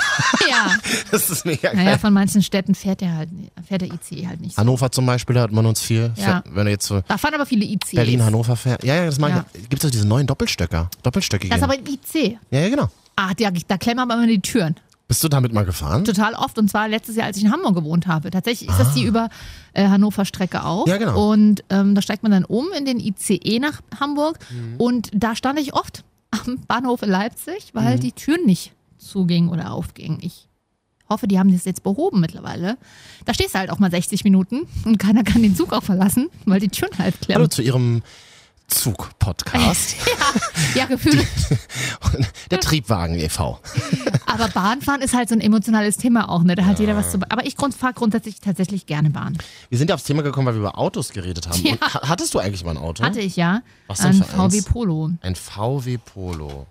Speaker 3: Ja.
Speaker 2: Das ist mega geil.
Speaker 3: Naja, von manchen Städten fährt der halt, nicht- fährt der ICE halt nicht so.
Speaker 2: Hannover zum Beispiel, da hat man uns viel.
Speaker 3: Ja.
Speaker 2: Wenn du jetzt so
Speaker 3: Da fahren aber viele ICs.
Speaker 2: Berlin, Hannover fährst. Ja, ja, das mag
Speaker 3: Ja.
Speaker 2: ich. Gibt's doch diese neuen Doppelstöcker. Doppelstöckige.
Speaker 3: Das ist aber ein IC.
Speaker 2: ja, ja, genau.
Speaker 3: Ah, da, da klemmen aber immer die Türen.
Speaker 2: Bist du damit mal gefahren?
Speaker 3: Total oft. Und zwar letztes Jahr, als ich in Hamburg gewohnt habe. Tatsächlich ist das die über äh, Hannover Strecke auch.
Speaker 2: Ah. Ja, genau.
Speaker 3: Und ähm, da steigt man dann um in den ICE nach Hamburg.
Speaker 2: Mhm.
Speaker 3: Und da stand ich oft am Bahnhof in Leipzig,
Speaker 2: Mhm.
Speaker 3: weil die Türen nicht zugingen oder aufgingen. Ich hoffe, die haben das jetzt behoben mittlerweile. Da stehst du halt auch mal 60 Minuten und keiner kann den Zug auch verlassen, weil die Türen halt klemmen.
Speaker 2: Hallo zu ihrem Zug-Podcast.
Speaker 3: Ja, Gefühle.
Speaker 2: Der Triebwagen e e.V.
Speaker 3: Aber Bahnfahren ist halt so ein emotionales Thema auch, ne? Da hat jeder was zu. Aber ich grund, fahre grundsätzlich tatsächlich gerne Bahn.
Speaker 2: Wir sind ja aufs Thema gekommen, weil wir über Autos geredet haben.
Speaker 3: Ja.
Speaker 2: Und ha- hattest du eigentlich mal ein Auto?
Speaker 3: Hatte ich ja.
Speaker 2: Was denn
Speaker 3: Ein
Speaker 2: für eins?
Speaker 3: VW Polo.
Speaker 2: Ein VW Polo.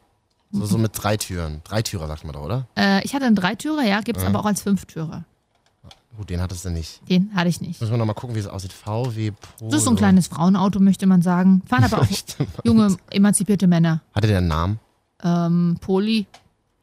Speaker 2: So, so mit drei Türen. Drei Türer, sagt man doch, oder?
Speaker 3: Äh, ich hatte einen Dreitürer, ja, gibt's aber auch als Fünftürer.
Speaker 2: Gut, den hattest du nicht.
Speaker 3: Den hatte ich nicht.
Speaker 2: Müssen wir nochmal gucken, wie es aussieht. VW Polo.
Speaker 3: Das ist so ein kleines Frauenauto, möchte man sagen. Fahren aber auch junge, emanzipierte Männer.
Speaker 2: Hatte der einen Namen?
Speaker 3: Ähm, Poli.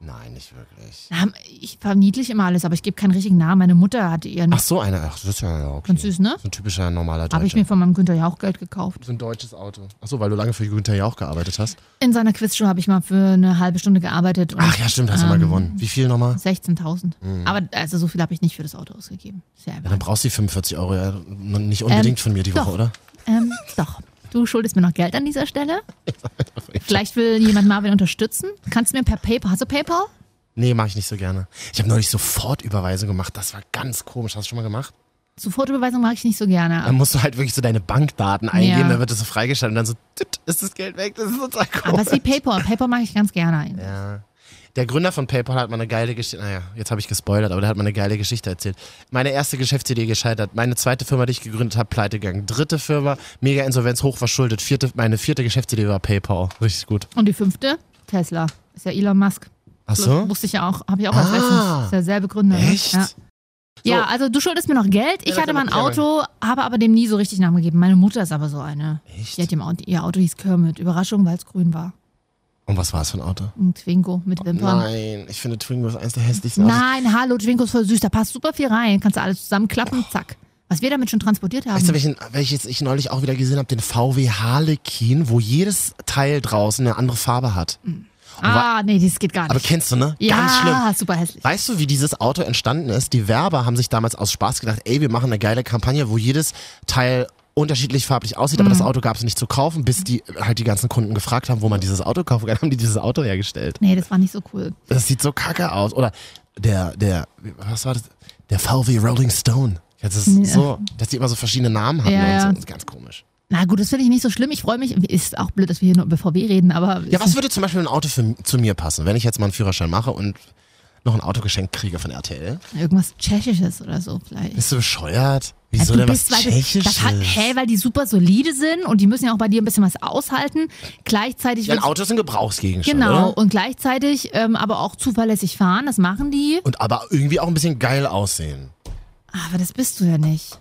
Speaker 2: Nein, nicht wirklich.
Speaker 3: Na, Ich verniedlich immer alles, aber ich gebe keinen richtigen Namen. Meine Mutter hatte ihren.
Speaker 2: Ach so, einer. Ach, das ist ja okay.
Speaker 3: Ganz süß, ne?
Speaker 2: So ein typischer normaler Deutscher.
Speaker 3: Habe ich mir von meinem Günther Jauch Geld gekauft.
Speaker 2: so ein deutsches Auto. Ach so, weil du lange für Günther Jauch gearbeitet hast.
Speaker 3: In seiner Quizshow habe ich mal für eine halbe Stunde gearbeitet. Und
Speaker 2: Ach ja, stimmt, hast
Speaker 3: ähm,
Speaker 2: du mal gewonnen. Wie viel nochmal?
Speaker 3: 16.000. Aber also so viel habe ich nicht für das Auto ausgegeben. Sehr
Speaker 2: Mhm. Ja, dann brauchst du die 45 Euro ja nicht unbedingt von mir die Woche,
Speaker 3: Ähm, doch.
Speaker 2: oder?
Speaker 3: ähm, doch. Du schuldest mir noch Geld an dieser Stelle. Vielleicht will jemand Marvin unterstützen. Kannst du mir per PayPal, hast du PayPal?
Speaker 2: Nee, mache ich nicht so gerne. Ich habe neulich Sofortüberweisung gemacht. Das war ganz komisch. Hast du schon mal gemacht?
Speaker 3: Sofortüberweisung mache ich nicht so gerne.
Speaker 2: Dann musst du halt wirklich so deine Bankdaten eingeben,
Speaker 3: Ja.
Speaker 2: dann wird das so freigeschaltet und dann so, tüt, ist das Geld weg? Das ist total
Speaker 3: aber
Speaker 2: komisch.
Speaker 3: es ist wie PayPal. PayPal mag ich ganz gerne eigentlich.
Speaker 2: ja. Der Gründer von PayPal hat mal eine geile Geschichte, naja, jetzt habe ich gespoilert, aber der hat mal eine geile Geschichte erzählt. Meine erste Geschäftsidee gescheitert, meine zweite Firma, die ich gegründet habe, pleite gegangen, dritte Firma, mega Insolvenz, hoch verschuldet, vierte, meine vierte Geschäftsidee war PayPal. Richtig gut.
Speaker 3: Und die fünfte? Tesla. Ist ja Elon Musk.
Speaker 2: Ach so?
Speaker 3: Wusste ich ja auch. Habe ich auch als
Speaker 2: Ah.
Speaker 3: letztens. Ist ja selbe Gründer. ne?
Speaker 2: Echt?
Speaker 3: Ja. ja,
Speaker 2: So.
Speaker 3: also du schuldest mir noch Geld. Ich
Speaker 2: Ja,
Speaker 3: hatte mal ein
Speaker 2: ja, ja.
Speaker 3: Auto, habe aber dem nie so richtig Namen gegeben. Meine Mutter ist aber so eine.
Speaker 2: Echt?
Speaker 3: Die hat dem Auto, ihr Auto hieß Kermit. Überraschung, weil es grün war.
Speaker 2: Und was war es für ein Auto?
Speaker 3: Ein Twingo mit Wimpern.
Speaker 2: Oh, Nein, ich finde Twingo ist eines der hässlichsten Autos.
Speaker 3: Nein, hallo, Twingo ist voll süß. Da passt super viel rein. Kannst du alles zusammenklappen, zack. Was wir damit schon transportiert haben.
Speaker 2: Oh. Weißt du, welchen, welches ich neulich auch wieder gesehen habe? Den VW Harlequin, wo jedes Teil draußen eine andere Farbe hat.
Speaker 3: ah, nee, das geht gar nicht.
Speaker 2: Aber kennst du, ne?
Speaker 3: ja,
Speaker 2: Ganz schlimm.
Speaker 3: super hässlich.
Speaker 2: Weißt du, wie dieses Auto entstanden ist? Die Werber haben sich damals aus Spaß gedacht, ey, wir machen eine geile Kampagne, wo jedes Teil unterschiedlich farblich aussieht, aber das
Speaker 3: Mhm.
Speaker 2: Auto gab es nicht zu kaufen, bis die halt die ganzen Kunden gefragt haben, wo man dieses Auto kaufen kann, haben die dieses Auto hergestellt.
Speaker 3: Nee, das war nicht so cool.
Speaker 2: Das sieht so kacke aus. Oder der, der, was war das? Der VW Rolling Stone. Das ist
Speaker 3: Ja.
Speaker 2: so, dass die immer so verschiedene Namen hatten
Speaker 3: Ja,
Speaker 2: und so.
Speaker 3: ja.
Speaker 2: Das ist ganz komisch.
Speaker 3: Na gut, das finde ich nicht so schlimm. Ich freue mich. Ist auch blöd, dass wir hier nur über VW reden, aber.
Speaker 2: Ja, was würde zum Beispiel ein Auto für, zu mir passen, wenn ich jetzt mal einen Führerschein mache und noch ein Auto geschenkt kriege von RTL?
Speaker 3: Irgendwas Tschechisches oder so vielleicht.
Speaker 2: Bist du bescheuert? Wieso
Speaker 3: Also du
Speaker 2: denn was
Speaker 3: bist, weil das-
Speaker 2: Tschechisches?
Speaker 3: Das hat, hä, weil die super solide sind und die müssen ja auch bei dir ein bisschen was aushalten. Gleichzeitig.
Speaker 2: Ja, ein
Speaker 3: wird's-
Speaker 2: Auto ist ein Gebrauchsgegenstand.
Speaker 3: genau.
Speaker 2: Oder?
Speaker 3: Und gleichzeitig ähm, aber auch zuverlässig fahren. Das machen die.
Speaker 2: Und aber irgendwie auch ein bisschen geil aussehen.
Speaker 3: Ah, Aber das bist du ja nicht.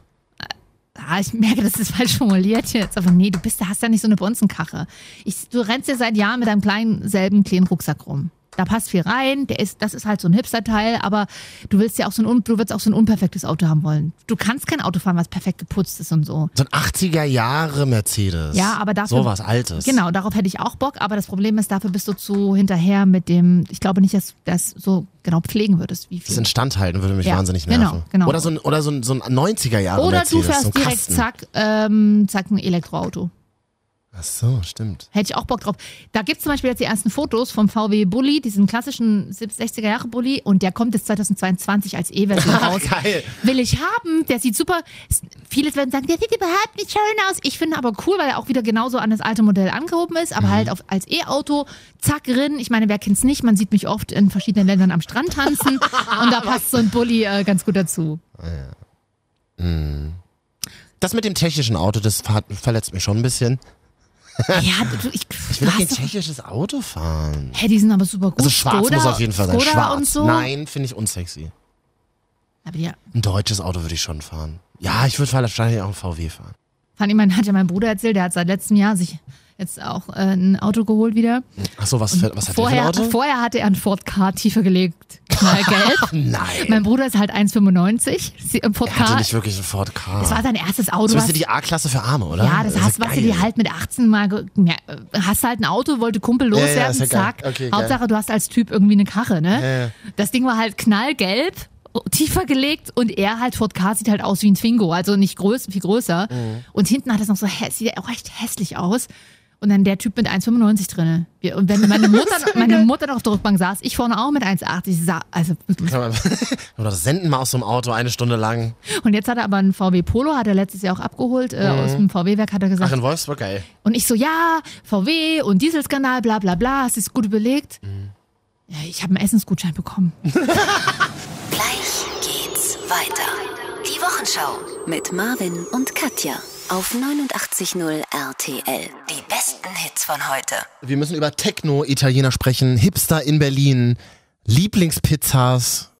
Speaker 3: Ah, ich merke, das ist falsch formuliert jetzt. Aber nee, du bist, du hast ja nicht so eine Bonzenkache. Ich, du rennst ja seit Jahren mit deinem kleinen, selben kleinen Rucksack rum. Da passt viel rein, der ist, das ist halt so ein Hipster-Teil, aber du willst ja auch so ein, un- du willst auch so ein unperfektes Auto haben wollen. Du kannst kein Auto fahren, was perfekt geputzt ist und so.
Speaker 2: So ein 80er Jahre Mercedes.
Speaker 3: Ja, aber dafür-
Speaker 2: So was Altes.
Speaker 3: Genau, darauf hätte ich auch Bock, aber das Problem ist, dafür bist du zu hinterher mit dem, ich glaube nicht, dass du das so genau pflegen würdest, wie
Speaker 2: Das
Speaker 3: viel.
Speaker 2: Instandhalten würde mich
Speaker 3: Ja,
Speaker 2: wahnsinnig
Speaker 3: genau,
Speaker 2: nerven.
Speaker 3: genau.
Speaker 2: Oder so ein, oder so ein, so ein 90er Jahre
Speaker 3: Oder
Speaker 2: Mercedes.
Speaker 3: du fährst
Speaker 2: so ein
Speaker 3: direkt,
Speaker 2: Kasten.
Speaker 3: zack, ähm, zack, ein Elektroauto.
Speaker 2: Ach so, stimmt.
Speaker 3: Hätte ich auch Bock drauf. Da gibt es zum Beispiel jetzt die ersten Fotos vom VW Bulli, diesen klassischen 60er-Jahre-Bulli. Und der kommt jetzt 2022 als E-Version raus.
Speaker 2: Geil.
Speaker 3: Will ich haben. Der sieht super. s- Viele werden sagen, der sieht überhaupt nicht schön aus. Ich finde aber cool, weil er auch wieder genauso an das alte Modell angehoben ist.
Speaker 2: Mhm.
Speaker 3: Aber halt auf, als E-Auto. Zack, rin. Ich meine, wer kennt's nicht? Man sieht mich oft in verschiedenen Ländern am Strand tanzen. und da passt so ein Bulli äh, ganz gut dazu.
Speaker 2: Das mit dem tschechischen Auto, das ver verletzt mich schon ein bisschen.
Speaker 3: Ja, du, ich,
Speaker 2: Ich will doch kein
Speaker 3: hast du-
Speaker 2: tschechisches Auto fahren.
Speaker 3: Hä, die sind aber super gut.
Speaker 2: Also schwarz
Speaker 3: Skoda,
Speaker 2: muss auf jeden Fall sein.
Speaker 3: Skoda
Speaker 2: schwarz.
Speaker 3: Und so.
Speaker 2: Nein, finde ich unsexy.
Speaker 3: Aber ja,
Speaker 2: Ein deutsches Auto würde ich schon fahren. Ja, ich würde wahrscheinlich auch ein VW fahren.
Speaker 3: Fand ich, mein, hat ja mein Bruder erzählt, der hat seit letztem Jahr sich jetzt auch äh, ein Auto geholt wieder.
Speaker 2: Ach so, was, für, was hat
Speaker 3: Vorher,
Speaker 2: der für ein Auto?
Speaker 3: vorher hatte er einen Ford K tiefer gelegt. Knallgelb.
Speaker 2: Nein.
Speaker 3: mein Bruder ist halt 1,95. Sie- Im Ford
Speaker 2: Er hatte
Speaker 3: K.
Speaker 2: nicht wirklich einen Ford K.
Speaker 3: Das war sein erstes Auto.
Speaker 2: das müsste
Speaker 3: Was,
Speaker 2: die A-Klasse für Arme, oder?
Speaker 3: ja, das
Speaker 2: Ah, ist
Speaker 3: hast, was du
Speaker 2: geil.
Speaker 3: dir halt mit 18 mal ge- mehr, äh, hast halt ein Auto, wollte Kumpel
Speaker 2: ja,
Speaker 3: loswerden,
Speaker 2: ist ja geil.
Speaker 3: zack.
Speaker 2: Okay, geil.
Speaker 3: Hauptsache, du hast als Typ irgendwie eine Karre, ne?
Speaker 2: Ja, ja.
Speaker 3: Das Ding war halt knallgelb, tiefer gelegt und er halt Ford K sieht halt aus wie ein Twingo, also nicht größ, viel größer.
Speaker 2: Mhm.
Speaker 3: Und hinten hat das noch so hä- sieht auch echt hässlich aus. Und dann der Typ mit 1,95 drinne. Wir- Und wenn meine Mutter, meine Mutter noch auf der Rückbank saß, ich vorne auch mit 1,80 sah, also wirklich.
Speaker 2: Kann man, kann man das senden mal aus so einem Auto eine Stunde lang.
Speaker 3: Und jetzt hat er aber einen VW Polo, hat er letztes Jahr auch abgeholt,
Speaker 2: Mhm.
Speaker 3: äh, aus dem VW-Werk hat er
Speaker 2: Ach,
Speaker 3: gesagt.
Speaker 2: in Wolfsburg, geil.
Speaker 3: Und ich so, ja, VW und Dieselskandal, bla bla bla, es ist gut überlegt.
Speaker 2: Mhm.
Speaker 3: Ja, ich habe einen Essensgutschein bekommen.
Speaker 1: Gleich geht's weiter. Die Wochenschau mit Marvin und Katja auf 89.0 RTL. Die besten Hits von heute.
Speaker 2: Wir müssen über Techno-Italiener sprechen, Hipster in Berlin, Lieblingspizzas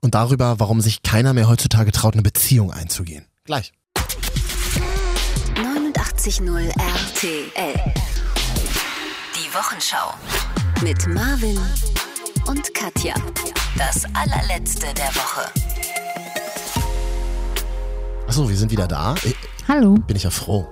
Speaker 2: und darüber, warum sich keiner mehr heutzutage traut, eine Beziehung einzugehen. Gleich.
Speaker 1: 89.0 RTL. Die Wochenschau mit Marvin und Katja. Das allerletzte der Woche.
Speaker 2: Achso, wir sind wieder da. Äh,
Speaker 3: Hallo.
Speaker 2: Bin ich ja froh.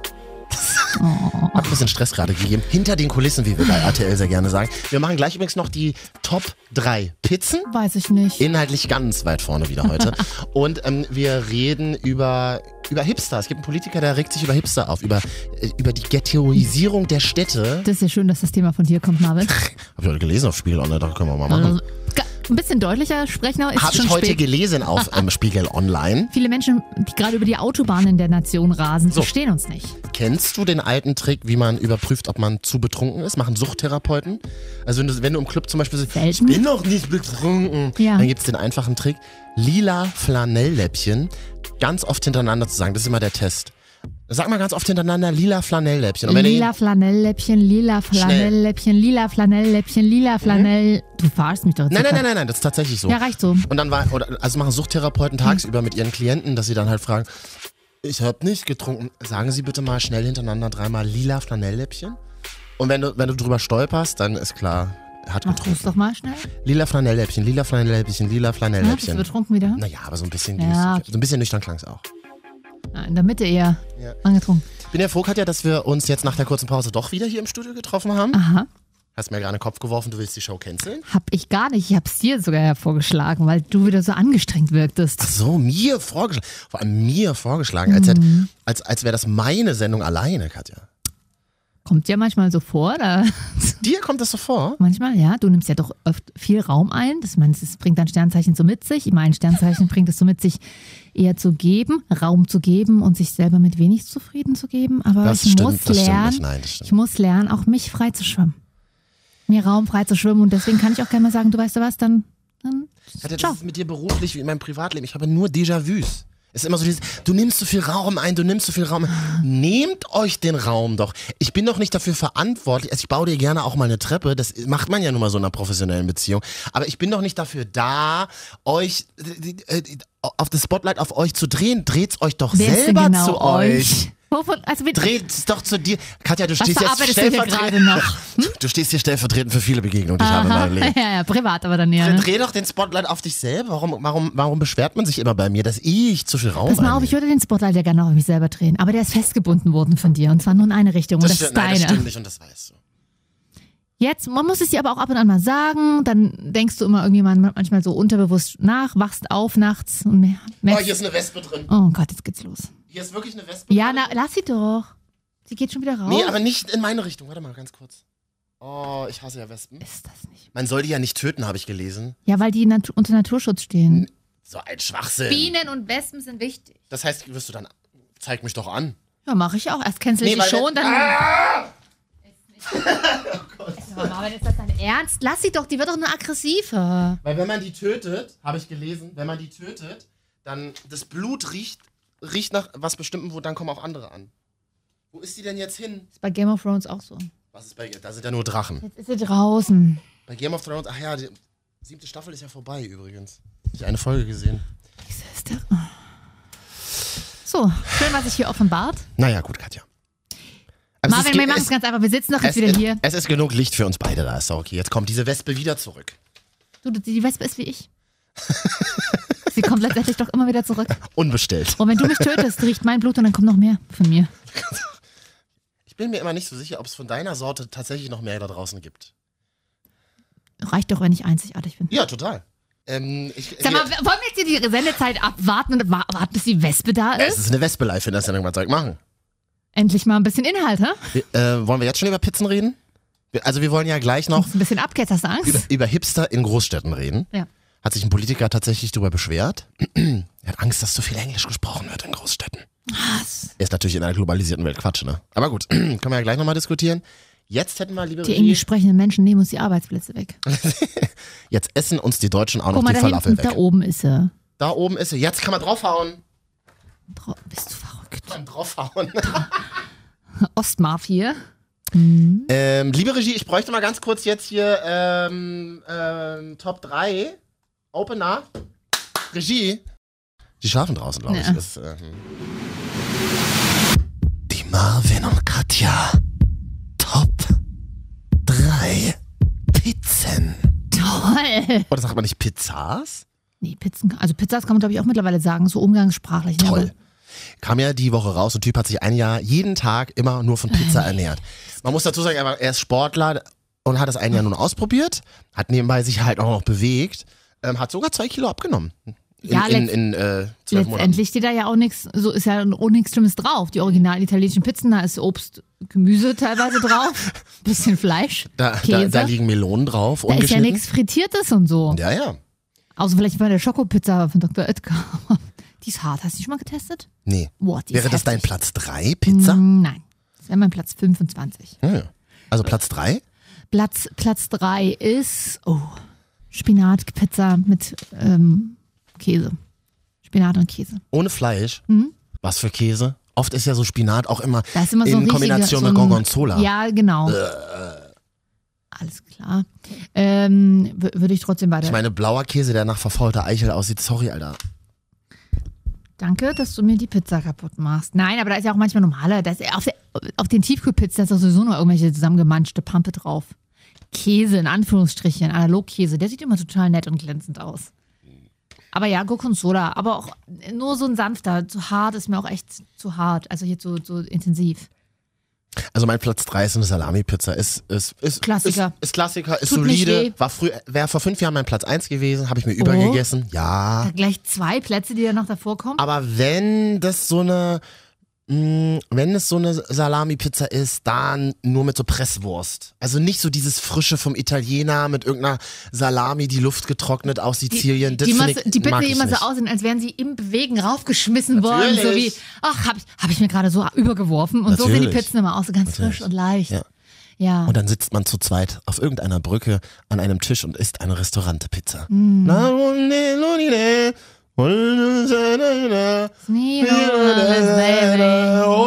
Speaker 2: Hat ein bisschen Stress gerade gegeben. Hinter den Kulissen, wie wir bei RTL sehr gerne sagen. Wir machen gleich übrigens noch die Top 3 Pizzen.
Speaker 3: Weiß ich nicht.
Speaker 2: Inhaltlich ganz weit vorne wieder heute. Und ähm, wir reden über, über Hipster. Es gibt einen Politiker, der regt sich über Hipster auf, über, äh, über die Ghettoisierung der Städte.
Speaker 3: Das ist ja schön, dass das Thema von dir kommt, Marvin.
Speaker 2: Hab ich heute gelesen auf Spiegel Online, da können wir mal machen.
Speaker 3: Also, ga- ein bisschen deutlicher sprechen, aber ist
Speaker 2: Hab
Speaker 3: schon
Speaker 2: ich heute
Speaker 3: spät.
Speaker 2: gelesen auf ähm, Spiegel Online.
Speaker 3: Viele Menschen, die gerade über die Autobahnen der Nation rasen,
Speaker 2: So.
Speaker 3: verstehen uns nicht.
Speaker 2: Kennst du den alten Trick, wie man überprüft, ob man zu betrunken ist? Machen Suchttherapeuten. Also wenn du, wenn du im Club zum Beispiel so, ich
Speaker 3: Selten.
Speaker 2: bin noch nicht betrunken,
Speaker 3: Ja.
Speaker 2: dann gibt's den einfachen Trick, lila Flanellläppchen ganz oft hintereinander zu sagen. Das ist immer der Test. Sag mal ganz oft hintereinander lila Flanellläppchen. Und wenn
Speaker 3: Lila Flanellläppchen, lila Flanellläppchen, lila Flanellläppchen, lila Flanell. Du verarschst mich doch jetzt.
Speaker 2: du, Mhm. nein, nein, nein,
Speaker 3: total.
Speaker 2: nein, nein, das ist tatsächlich so.
Speaker 3: Ja, reicht so.
Speaker 2: Und dann war, oder, also machen Suchttherapeuten tagsüber mit ihren Klienten, dass sie dann halt fragen, ich habe nicht getrunken. Sagen Sie bitte mal schnell hintereinander dreimal lila Flanellläppchen. Und wenn du, wenn du drüber stolperst, dann ist klar, er hat
Speaker 3: Mach du es
Speaker 2: getrunken.
Speaker 3: doch mal schnell.
Speaker 2: Lila Flanellläppchen, lila Flanellläppchen, lila
Speaker 3: Ja, bist du
Speaker 2: Flanellläppchen.
Speaker 3: betrunken wieder?
Speaker 2: Naja, aber so ein bisschen
Speaker 3: Ja.
Speaker 2: ging's. So ein bisschen nüchtern klang's auch.
Speaker 3: Ah, In der Mitte eher
Speaker 2: Ja.
Speaker 3: angetrunken.
Speaker 2: Bin ja froh, Katja, dass wir uns jetzt nach der kurzen Pause doch wieder hier im Studio getroffen haben.
Speaker 3: Aha.
Speaker 2: Hast mir gerade einen Kopf geworfen, du willst die Show canceln?
Speaker 3: Hab ich gar nicht. Ich hab's dir sogar hervorgeschlagen, weil du wieder so angestrengt wirktest.
Speaker 2: Ach so, mir vorgeschlagen. Vor allem mir vorgeschlagen, als, hätte, als, als wäre das meine Sendung alleine, Katja.
Speaker 3: Kommt ja manchmal so vor, oder?
Speaker 2: Dir kommt das so vor?
Speaker 3: Manchmal, ja. Du nimmst ja doch oft viel Raum ein. Das, ich meine, das bringt dein Sternzeichen so mit sich. Mein Sternzeichen bringt es so mit sich, eher zu geben, Raum zu geben und sich selber mit wenig zufrieden zu geben. Aber
Speaker 2: Das
Speaker 3: ich
Speaker 2: stimmt,
Speaker 3: muss
Speaker 2: das stimmt
Speaker 3: lernen,
Speaker 2: nicht. Nein, das stimmt.
Speaker 3: ich muss lernen, auch mich frei zu schwimmen. Mir Raum frei zu schwimmen. Und deswegen kann ich auch gerne mal sagen, du weißt du was, dann, dann
Speaker 2: Katja,
Speaker 3: Ciao.
Speaker 2: das ist mit dir beruflich wie in meinem Privatleben. Ich habe nur Déjà-vus. Es ist immer so dieses, du nimmst so viel Raum ein, du nimmst so viel Raum ein. Nehmt euch den Raum doch. Ich bin doch nicht dafür verantwortlich. Also ich baue dir gerne auch mal eine Treppe. Das macht man ja nun mal so in einer professionellen Beziehung. Aber ich bin doch nicht dafür da, euch äh, äh, auf das Spotlight auf euch zu drehen. Dreht's euch doch
Speaker 3: wer ist denn
Speaker 2: selber
Speaker 3: genau
Speaker 2: zu euch.
Speaker 3: Wovon, also mit,
Speaker 2: Dreht's doch zu dir. Katja, du
Speaker 3: was
Speaker 2: stehst jetzt
Speaker 3: verarbeitest du hier gerade
Speaker 2: stellvertretend.
Speaker 3: noch?
Speaker 2: Du stehst hier stellvertretend für viele Begegnungen, die ich habe in meinem Leben.
Speaker 3: ja, ja, privat aber dann ja.
Speaker 2: Dann
Speaker 3: Ne?
Speaker 2: dreh doch den Spotlight auf dich selber. Warum, warum, warum beschwert man sich immer bei mir, dass ich zu viel Raum
Speaker 3: Pass mal auf,
Speaker 2: einnehme?
Speaker 3: ich würde den Spotlight ja gerne noch auf mich selber drehen, aber der ist festgebunden worden von dir und zwar nur in eine Richtung und das,
Speaker 2: stimmt,
Speaker 3: ist deine.
Speaker 2: Nein, das stimmt nicht und das weißt du.
Speaker 3: Jetzt, man muss es dir aber auch ab und an mal sagen, dann denkst du immer irgendjemand manchmal so unterbewusst nach, wachst auf nachts und mer-
Speaker 2: Oh,
Speaker 3: merkst,
Speaker 2: hier ist eine Wespe drin.
Speaker 3: oh Gott, jetzt geht's los.
Speaker 2: Hier ist wirklich eine Wespe
Speaker 3: Ja, oh.
Speaker 2: drin.
Speaker 3: na, lass sie doch. Sie geht schon wieder raus.
Speaker 2: Nee, aber nicht in meine Richtung. Warte mal ganz kurz. Oh, ich hasse ja Wespen.
Speaker 3: ist das nicht?
Speaker 2: Man soll die ja nicht töten, habe ich gelesen.
Speaker 3: Ja, weil die nat unter Naturschutz stehen.
Speaker 2: So ein Schwachsinn.
Speaker 3: Bienen und Wespen sind wichtig.
Speaker 2: Das heißt, wirst du dann. Zeig mich doch an.
Speaker 3: Ja, mache ich auch. Erst cancel
Speaker 2: Nee,
Speaker 3: ich die
Speaker 2: weil-
Speaker 3: Show und dann. Ah! Mama, ist das dein Ernst? Lass sie doch, die wird doch nur aggressiver.
Speaker 2: Weil wenn man die tötet, habe ich gelesen, wenn man die tötet, dann das Blut riecht, riecht nach was bestimmten, wo dann kommen auch andere an. Wo ist die denn jetzt hin?
Speaker 3: Ist bei Game of Thrones auch so.
Speaker 2: Was ist bei. Da sind ja nur Drachen.
Speaker 3: Jetzt ist sie draußen.
Speaker 2: Bei Game of Thrones, ach ja, die siebte Staffel ist ja vorbei übrigens. Hab ich eine Folge gesehen.
Speaker 3: Wieso ist der- So, schön, was sich hier offenbart.
Speaker 2: Naja, gut, Katja. Aber
Speaker 3: Marvin,
Speaker 2: ge-
Speaker 3: wir machen es ganz einfach. Wir sitzen doch jetzt
Speaker 2: Also es,
Speaker 3: wieder hier.
Speaker 2: es ist genug Licht für uns beide da, ist doch okay. Jetzt kommt diese Wespe wieder zurück.
Speaker 3: Du, du- die Wespe ist wie ich. Sie kommt letztendlich doch immer wieder zurück.
Speaker 2: Unbestellt.
Speaker 3: Und wenn du mich tötest, riecht mein Blut und dann kommt noch mehr von mir.
Speaker 2: Ich bin mir immer nicht so sicher, ob es von deiner Sorte tatsächlich noch mehr da draußen gibt.
Speaker 3: Reicht doch, wenn ich einzigartig bin.
Speaker 2: Ja, total. Ähm, ich,
Speaker 3: Sag mal,
Speaker 2: wir-
Speaker 3: wollen wir jetzt hier die Sendezeit abwarten und wa- warten, bis die Wespe da
Speaker 2: es
Speaker 3: ist?
Speaker 2: ist eine Wespe live, wenn das dann irgendwann Zeug machen.
Speaker 3: Endlich mal ein bisschen Inhalt, hä?
Speaker 2: Wir, äh, wollen wir jetzt schon über Pizzen reden? Wir, also wir wollen ja gleich noch
Speaker 3: Ein bisschen abgeht, hast du
Speaker 2: über,
Speaker 3: Angst?
Speaker 2: über Hipster in Großstädten reden.
Speaker 3: Ja.
Speaker 2: Hat sich ein Politiker tatsächlich darüber beschwert. er hat Angst, dass zu viel Englisch gesprochen wird in Großstädten.
Speaker 3: Was?
Speaker 2: Ist natürlich in einer globalisierten Welt Quatsch, ne? Aber gut, können wir ja gleich nochmal diskutieren. Jetzt hätten wir, liebe
Speaker 3: Die
Speaker 2: Regie,
Speaker 3: englisch sprechenden Menschen nehmen uns die Arbeitsplätze weg.
Speaker 2: jetzt essen uns die Deutschen auch noch
Speaker 3: Guck mal,
Speaker 2: die
Speaker 3: da
Speaker 2: Falafel
Speaker 3: hinten,
Speaker 2: weg.
Speaker 3: da oben ist sie.
Speaker 2: Da oben ist sie. Jetzt kann man draufhauen.
Speaker 3: Dra- Bist du verrückt?
Speaker 2: Kann draufhauen.
Speaker 3: Ostmarf hier.
Speaker 2: ähm, liebe Regie, ich bräuchte mal ganz kurz jetzt hier ähm, ähm, Top 3. Opener. Regie. Die schlafen draußen, glaube ich.
Speaker 3: Ja.
Speaker 2: Das, ähm. Die Marvin und Katja. Top 3 Pizzen.
Speaker 3: Toll.
Speaker 2: Oder sagt man nicht Pizzas?
Speaker 3: Nee, Pizzen, also Pizzas kann man, glaube ich, auch mittlerweile sagen, so umgangssprachlich. ne?
Speaker 2: Toll. Kam ja die Woche raus und Typ hat sich ein Jahr jeden Tag immer nur von Pizza
Speaker 3: Äh,
Speaker 2: ernährt. Man muss dazu sagen, er war- er ist Sportler und hat das ein Jahr nun ausprobiert, hat nebenbei sich halt auch noch bewegt, ähm, hat sogar zwei Kilo abgenommen. In,
Speaker 3: Ja,
Speaker 2: in, in, äh, zwölf Monaten.
Speaker 3: Letztendlich steht da ja auch nichts, so ist ja auch nichts Schlimmes drauf. Die original italienischen Pizzen, da ist Obst, Gemüse teilweise drauf, bisschen Fleisch,
Speaker 2: Da, da,
Speaker 3: Käse.
Speaker 2: da liegen Melonen drauf,
Speaker 3: Da ist ja
Speaker 2: ungeschnitten.
Speaker 3: nichts Frittiertes und so.
Speaker 2: ja, ja.
Speaker 3: Außer vielleicht bei der Schokopizza von Dr. Oetker. Die ist hart. Hast du die schon mal getestet?
Speaker 2: Nee.
Speaker 3: Boah, die
Speaker 2: Wäre
Speaker 3: ist
Speaker 2: das dein
Speaker 3: heftig.
Speaker 2: Platz 3, Pizza?
Speaker 3: Mm, Nein. Das wäre mein Platz 25.
Speaker 2: Ja, ja. Also Platz 3?
Speaker 3: Platz, Platz 3 ist oh, Spinatpizza mit ähm, Käse. Spinat und Käse.
Speaker 2: Ohne Fleisch?
Speaker 3: Mhm.
Speaker 2: Was für Käse? Oft ist ja so Spinat auch immer
Speaker 3: Da ist immer so ein
Speaker 2: in
Speaker 3: richtiger-
Speaker 2: Kombination
Speaker 3: so
Speaker 2: mit
Speaker 3: ein-
Speaker 2: Gorgonzola.
Speaker 3: Ja, genau. Alles klar. Ähm, w- würde ich trotzdem weiter.
Speaker 2: Ich meine, blauer Käse, der nach verfaulter Eichel aussieht, sorry, Alter.
Speaker 3: Danke, dass du mir die Pizza kaputt machst. Nein, aber da ist ja auch manchmal normale. Da ist ja auf, der, auf den Tiefkühlpizzen ist doch sowieso noch irgendwelche zusammengemanschte Pampe drauf. Käse in Anführungsstrichen, Analogkäse, der sieht immer total nett und glänzend aus. Aber ja, Gurke und Soda. Aber auch nur so ein sanfter. Zu hart ist mir auch echt zu hart. Also hier so, so intensiv.
Speaker 2: Also mein Platz 3 ist eine Salami-Pizza. Ist, ist, ist,
Speaker 3: Klassiker.
Speaker 2: Ist, ist Klassiker, ist
Speaker 3: Tut nicht weh. Oh.
Speaker 2: solide. War früh, wäre vor fünf Jahren mein Platz 1 gewesen, habe ich mir übergegessen. Ja.
Speaker 3: Da gleich zwei Plätze, die da noch davor kommen.
Speaker 2: Aber wenn das so eine, mh, wenn es so eine Salami-Pizza ist, dann nur mit so Presswurst. Also nicht so dieses Frische vom Italiener mit irgendeiner Salami, die Luft getrocknet aus Sizilien.
Speaker 3: die,
Speaker 2: das
Speaker 3: immer
Speaker 2: find
Speaker 3: so- die
Speaker 2: ich, mag
Speaker 3: bitten
Speaker 2: ich
Speaker 3: immer
Speaker 2: nicht.
Speaker 3: so aussehen, als wären sie im Bewegen raufgeschmissen worden. So wie,
Speaker 2: Natürlich.
Speaker 3: ach, habe ich, hab ich mir gerade so übergeworfen. Und so sehen die
Speaker 2: Natürlich.
Speaker 3: Pizzen immer aus, so ganz
Speaker 2: Natürlich.
Speaker 3: frisch und leicht. Ja.
Speaker 2: Ja. Und dann sitzt man zu zweit auf irgendeiner Brücke an einem Tisch und isst eine Restaurantpizza.
Speaker 3: Mm. Nino, alles baby,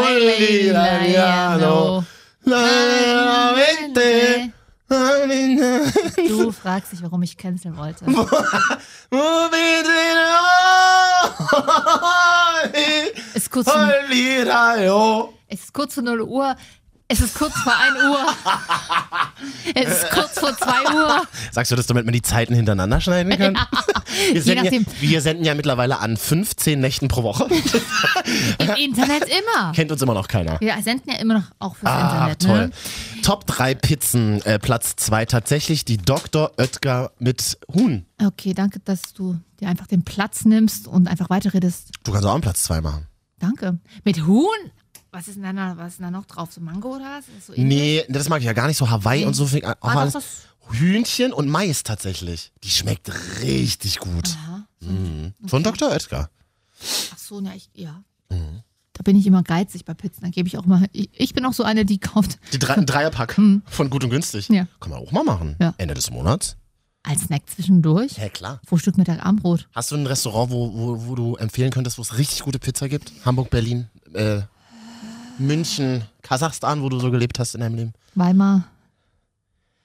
Speaker 3: Willi, Laiano. Du fragst dich, warum ich canceln wollte. Ist kurz, um, es ist kurz vor 0 Uhr. Es ist kurz vor 1 Uhr. Es ist kurz vor 2 Uhr.
Speaker 2: Sagst du das, damit man die Zeiten hintereinander schneiden kann? Wir, senden ja,
Speaker 3: nachdem.
Speaker 2: wir senden ja mittlerweile an 15 Nächten pro Woche.
Speaker 3: Im Internet immer.
Speaker 2: Kennt uns immer noch keiner.
Speaker 3: Wir senden ja immer noch auch fürs
Speaker 2: Ah,
Speaker 3: Internet.
Speaker 2: toll.
Speaker 3: Ne?
Speaker 2: Top 3 Pizzen, äh, Platz 2 tatsächlich die Dr. Oetker mit Huhn.
Speaker 3: Okay, danke, dass du dir einfach den Platz nimmst und einfach weiterredest.
Speaker 2: Du kannst auch einen Platz 2 machen.
Speaker 3: Danke. Mit Huhn? Was ist denn da, was ist denn da noch drauf? So Mango oder was? Ist so ähnlich?
Speaker 2: Nee, das mag ich ja gar nicht so. Hawaii
Speaker 3: Nee.
Speaker 2: und so fing auch
Speaker 3: Ah,
Speaker 2: alles.
Speaker 3: doch, das-
Speaker 2: Hühnchen und Mais tatsächlich. Die schmeckt richtig gut.
Speaker 3: Aha.
Speaker 2: Mhm. Von Dr. Oetker.
Speaker 3: Ach so, na, ich, ja.
Speaker 2: Mhm.
Speaker 3: Da bin ich immer geizig bei Pizzen. Da gebe ich auch mal. Ich, ich bin auch so eine, die kauft
Speaker 2: Die drei, ein Dreierpack
Speaker 3: Mhm.
Speaker 2: von gut und günstig.
Speaker 3: Ja.
Speaker 2: Kann man auch mal machen.
Speaker 3: Ja.
Speaker 2: Ende des Monats.
Speaker 3: als Snack zwischendurch.
Speaker 2: Ja, klar.
Speaker 3: Frühstück, Mittag, Abendbrot.
Speaker 2: Hast du ein Restaurant, wo, wo, wo du empfehlen könntest, wo es richtig gute Pizza gibt? Hamburg, Berlin, äh, München, Kasachstan, wo du so gelebt hast in deinem Leben?
Speaker 3: Weimar,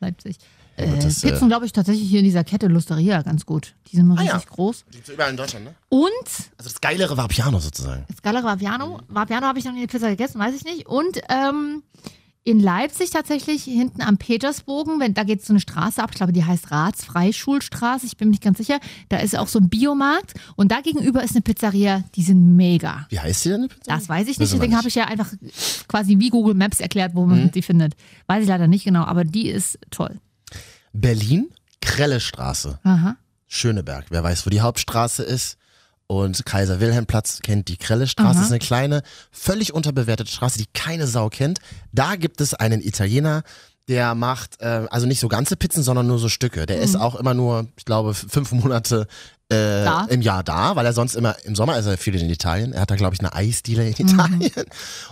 Speaker 3: Leipzig.
Speaker 2: Ja,
Speaker 3: Äh,
Speaker 2: gut, das, äh,
Speaker 3: Pizzen, glaube ich, tatsächlich hier in dieser Kette Lusteria ganz gut. Die sind immer
Speaker 2: Ah, ja.
Speaker 3: richtig groß.
Speaker 2: Die gibt's überall in Deutschland, ne?
Speaker 3: Und
Speaker 2: Also das Geilere war Piano sozusagen.
Speaker 3: Scala Vapiano. Vapiano habe ich noch nie eine Pizza gegessen, weiß ich nicht. Und ähm, in Leipzig tatsächlich, hinten am Petersbogen, wenn, da geht so eine Straße ab, ich glaube, die heißt Ratsfreischulstraße, ich bin mir nicht ganz sicher. Da ist auch so ein Biomarkt und da gegenüber ist eine Pizzeria, die sind mega.
Speaker 2: Wie heißt die denn, die Pizza?
Speaker 3: Das weiß ich nicht,
Speaker 2: Wissen wir
Speaker 3: deswegen
Speaker 2: nicht.
Speaker 3: habe ich ja einfach quasi wie Google Maps erklärt, wo man die findet. Weiß ich leider nicht genau, aber die ist toll.
Speaker 2: Berlin, Krellestraße,
Speaker 3: Aha.
Speaker 2: Schöneberg. Wer weiß, wo die Hauptstraße ist. Und Kaiser Wilhelm Platz kennt die Krellestraße.
Speaker 3: Aha.
Speaker 2: Ist eine kleine, völlig unterbewertete Straße, die keine Sau kennt. Da gibt es einen Italiener, der macht äh, also nicht so ganze Pizzen, sondern nur so Stücke. Der
Speaker 3: Mhm.
Speaker 2: ist auch immer nur, ich glaube, f- fünf Monate äh,
Speaker 3: Da.
Speaker 2: im Jahr da, weil er sonst immer im Sommer ist er viel in Italien. Er hat da, glaube ich, eine Eisdiele
Speaker 3: Mhm.
Speaker 2: in Italien.